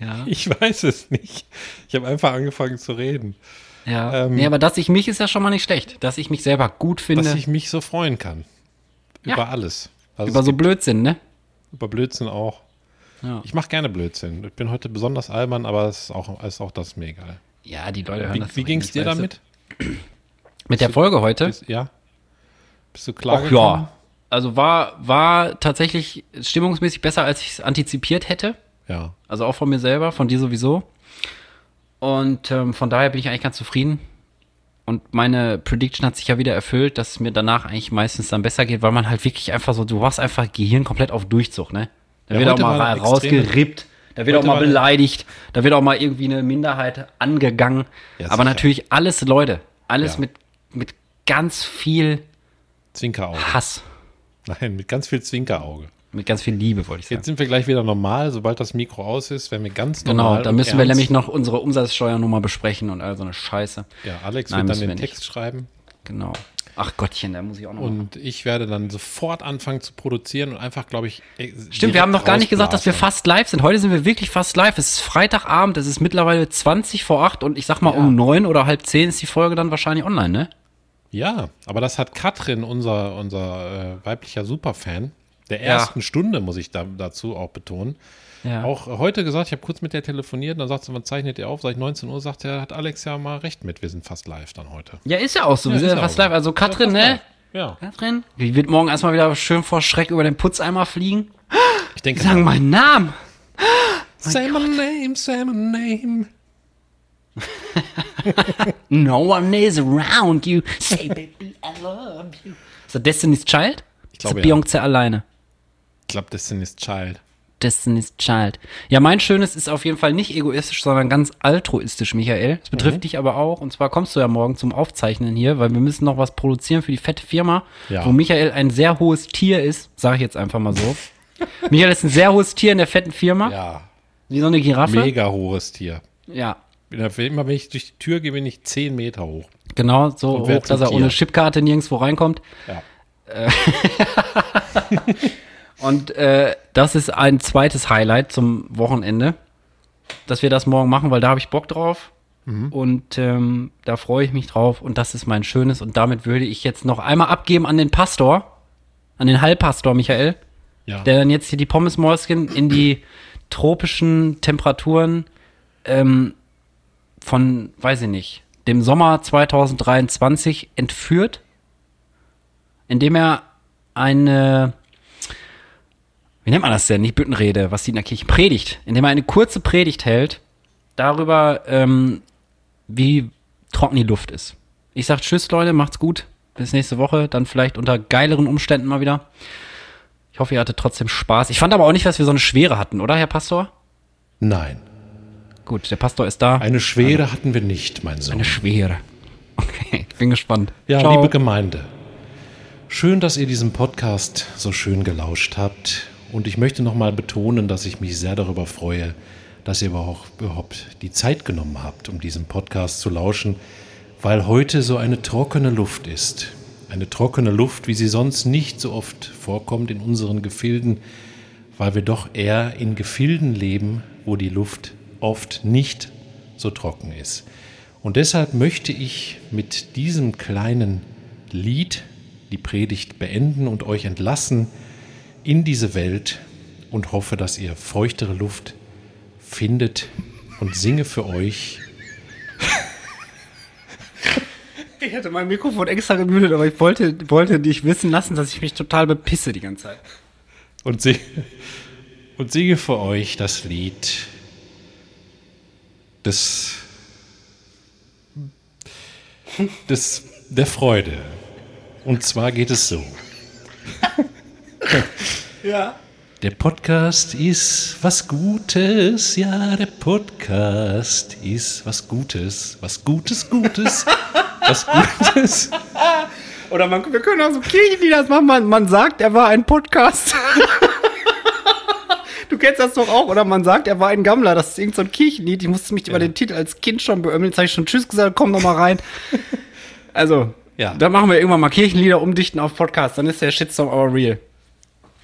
S2: Ja.
S3: ich weiß es nicht, ich habe einfach angefangen zu reden,
S2: Ja. nee, aber dass ich mich ist ja schon mal nicht schlecht. Dass ich mich selber gut finde.
S3: dass ich mich so freuen kann.
S2: Ja.
S3: Über alles. Also
S2: über so Blödsinn, ne?
S3: Über Blödsinn auch.
S2: Ja.
S3: Ich mache gerne Blödsinn. Ich bin heute besonders albern, aber es ist auch, ist auch das mir egal.
S2: Ja, die Leute hören
S3: Wie,
S2: das.
S3: wie
S2: doch
S3: ging es
S2: nicht,
S3: dir
S2: weißt du?
S3: damit?
S2: Mit der Folge heute?
S3: Bist, ja? Bist du klar
S2: Ach
S3: gekommen?
S2: ja. Also war, war tatsächlich stimmungsmäßig besser, als ich es antizipiert hätte.
S3: Ja.
S2: Also auch von mir selber, von dir sowieso. Und ähm, von daher bin ich eigentlich ganz zufrieden. Und meine Prediction hat sich ja wieder erfüllt, dass es mir danach eigentlich meistens dann besser geht, weil man halt wirklich einfach so, du warst einfach Gehirn komplett auf Durchzug, ne? Da
S3: Ja,
S2: wird auch
S3: heute
S2: mal
S3: war
S2: ra-
S3: extreme-
S2: rausgerippt. Da wird
S3: Heute
S2: auch mal
S3: war-
S2: beleidigt, da wird auch mal irgendwie eine Minderheit angegangen.
S3: Ja,
S2: Aber
S3: sicher.
S2: natürlich alles Leute, alles
S3: Ja.
S2: mit, mit ganz viel
S3: Zwinkerauge.
S2: Hass,
S3: Nein, mit ganz viel Zwinkerauge.
S2: mit ganz viel Liebe, wollte ich sagen.
S3: Jetzt sind wir gleich wieder normal. Sobald das Mikro aus ist, werden wir ganz normal.
S2: Genau, da
S3: und
S2: müssen wir
S3: ernst.
S2: nämlich noch unsere Umsatzsteuernummer besprechen und all so eine Scheiße.
S3: Ja, Alex
S2: Nein,
S3: wird dann
S2: müssen
S3: den
S2: wir nicht.
S3: Text schreiben
S2: Genau. Ach Gottchen, da muss ich auch noch. mal-
S3: und ich werde dann sofort anfangen zu produzieren und einfach, glaube ich. äh,
S2: Stimmt, wir
S3: direkt
S2: haben noch gar nicht gesagt, dass wir
S3: rausblasen.
S2: fast live sind. Heute sind wir wirklich fast live. Es ist Freitagabend, es ist mittlerweile 20 vor 8 und ich sag mal um 9 oder halb 10 ist die Folge dann wahrscheinlich online, ne?
S3: Ja, aber das hat Katrin, unser, unser äh, weiblicher Superfan, der ersten Stunde, muss ich da, dazu auch betonen,
S2: Ja.
S3: auch heute gesagt, ich habe kurz mit der telefoniert, dann sagt sie, wann zeichnet ihr auf? Seit 19 Uhr sagt er, hat Alex ja mal recht mit, wir sind fast live dann heute.
S2: ja, ist ja auch so. wir sind
S3: ist
S2: ja
S3: ja
S2: fast
S3: auch so.
S2: live. Also Katrin, ne?
S3: Ja,
S2: Katrin, die wird morgen erstmal wieder schön vor Schreck über den Putzeimer fliegen.
S3: ich denke,
S2: Die sagen meinen Namen.
S3: say my name, say my name.
S2: No one is around you. Say
S4: Baby, I love you.
S2: Ist das Destiny's Child? Ich
S3: glaube,
S2: ist
S3: ja.
S2: Beyoncé alleine.
S3: Ich glaube, das ist Child.
S2: Destiny's Child. Ja, mein Schönes ist auf jeden Fall nicht egoistisch, sondern ganz altruistisch, Michael. Es
S3: Mhm.
S2: betrifft dich aber auch. Und zwar kommst du ja morgen zum Aufzeichnen hier, weil wir müssen noch was produzieren für die fette Firma,
S3: Ja.
S2: wo Michael ein sehr hohes Tier ist. Sage ich jetzt einfach mal so. Michael ist ein sehr hohes Tier in der fetten Firma.
S3: Ja,
S2: Wie so eine Giraffe.
S3: mega hohes Tier.
S2: Ja.
S3: Bin da- Immer wenn ich durch die Tür gehe, bin ich 10 Meter hoch.
S2: Genau, so
S3: Und wer
S2: hoch, dass
S3: zum
S2: er ohne
S3: Tier?
S2: Chipkarte nirgendwo reinkommt.
S3: Ja.
S2: Und äh, das ist ein zweites Highlight zum Wochenende, dass wir das morgen machen, weil da habe ich Bock drauf.
S3: Mhm.
S2: Und ähm, da freue ich mich drauf. Und das ist mein schönes. Und damit würde ich jetzt noch einmal abgeben an den Pastor, an den Heilpastor Michael,
S3: ja.
S2: der dann jetzt hier die Pommesmäuschen in die tropischen Temperaturen ähm, von, weiß ich nicht, dem Sommer 2023 entführt, indem er eine, wie nennt man das denn, nicht Büttenrede, was die in der Kirche predigt, indem er eine kurze Predigt hält darüber, ähm, wie trocken die Luft ist. Ich sag Tschüss, Leute, macht's gut. Bis nächste Woche, dann vielleicht unter geileren Umständen mal wieder. Ich hoffe, ihr hattet trotzdem Spaß. Ich fand aber auch nicht, dass wir so eine Schwere hatten, oder, Herr Pastor?
S3: Nein,
S2: Gut, der Pastor ist da.
S3: eine Schwere hatten wir nicht, mein Sohn.
S2: Eine Schwere. Okay, ich bin gespannt.
S3: Ja,
S2: Ciao.
S3: liebe Gemeinde, schön, dass ihr diesen Podcast so schön gelauscht habt. Und ich möchte nochmal betonen, dass ich mich sehr darüber freue, dass ihr aber auch überhaupt die Zeit genommen habt, um diesen Podcast zu lauschen, weil heute so eine trockene Luft ist. Eine trockene Luft, wie sie sonst nicht so oft vorkommt in unseren Gefilden, weil wir doch eher in Gefilden leben, wo die Luft oft nicht so trocken ist. Und deshalb möchte ich mit diesem kleinen Lied die Predigt beenden und euch entlassen in diese Welt und hoffe, dass ihr feuchtere Luft findet und singe für euch.
S2: Ich hatte mein Mikrofon extra gemütet, aber ich wollte, wollte dich wissen lassen, dass ich mich total bepisse die ganze Zeit.
S3: und singe, und singe für euch das Lied des, des, der Freude. Und zwar geht es so. Der Podcast ist was Gutes, ja, der Podcast ist was Gutes, was Gutes, Gutes, was Gutes.
S2: Oder man, wir können auch so Kirchenlieder machen. Man, man sagt, er war ein Podcast. du kennst das doch auch. Oder man sagt, er war ein Gammler. Das ist irgendein so ein Kirchenlied. Ich musste mich über den Titel als Kind schon beömmeln. Jetzt habe ich schon Tschüss gesagt, komm noch mal rein. Also,
S3: Ja.
S2: da machen wir irgendwann mal Kirchenlieder umdichten auf Podcast. Dann ist der Shitstorm aber real.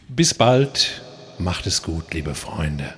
S3: Bis bald, macht es gut, liebe Freunde.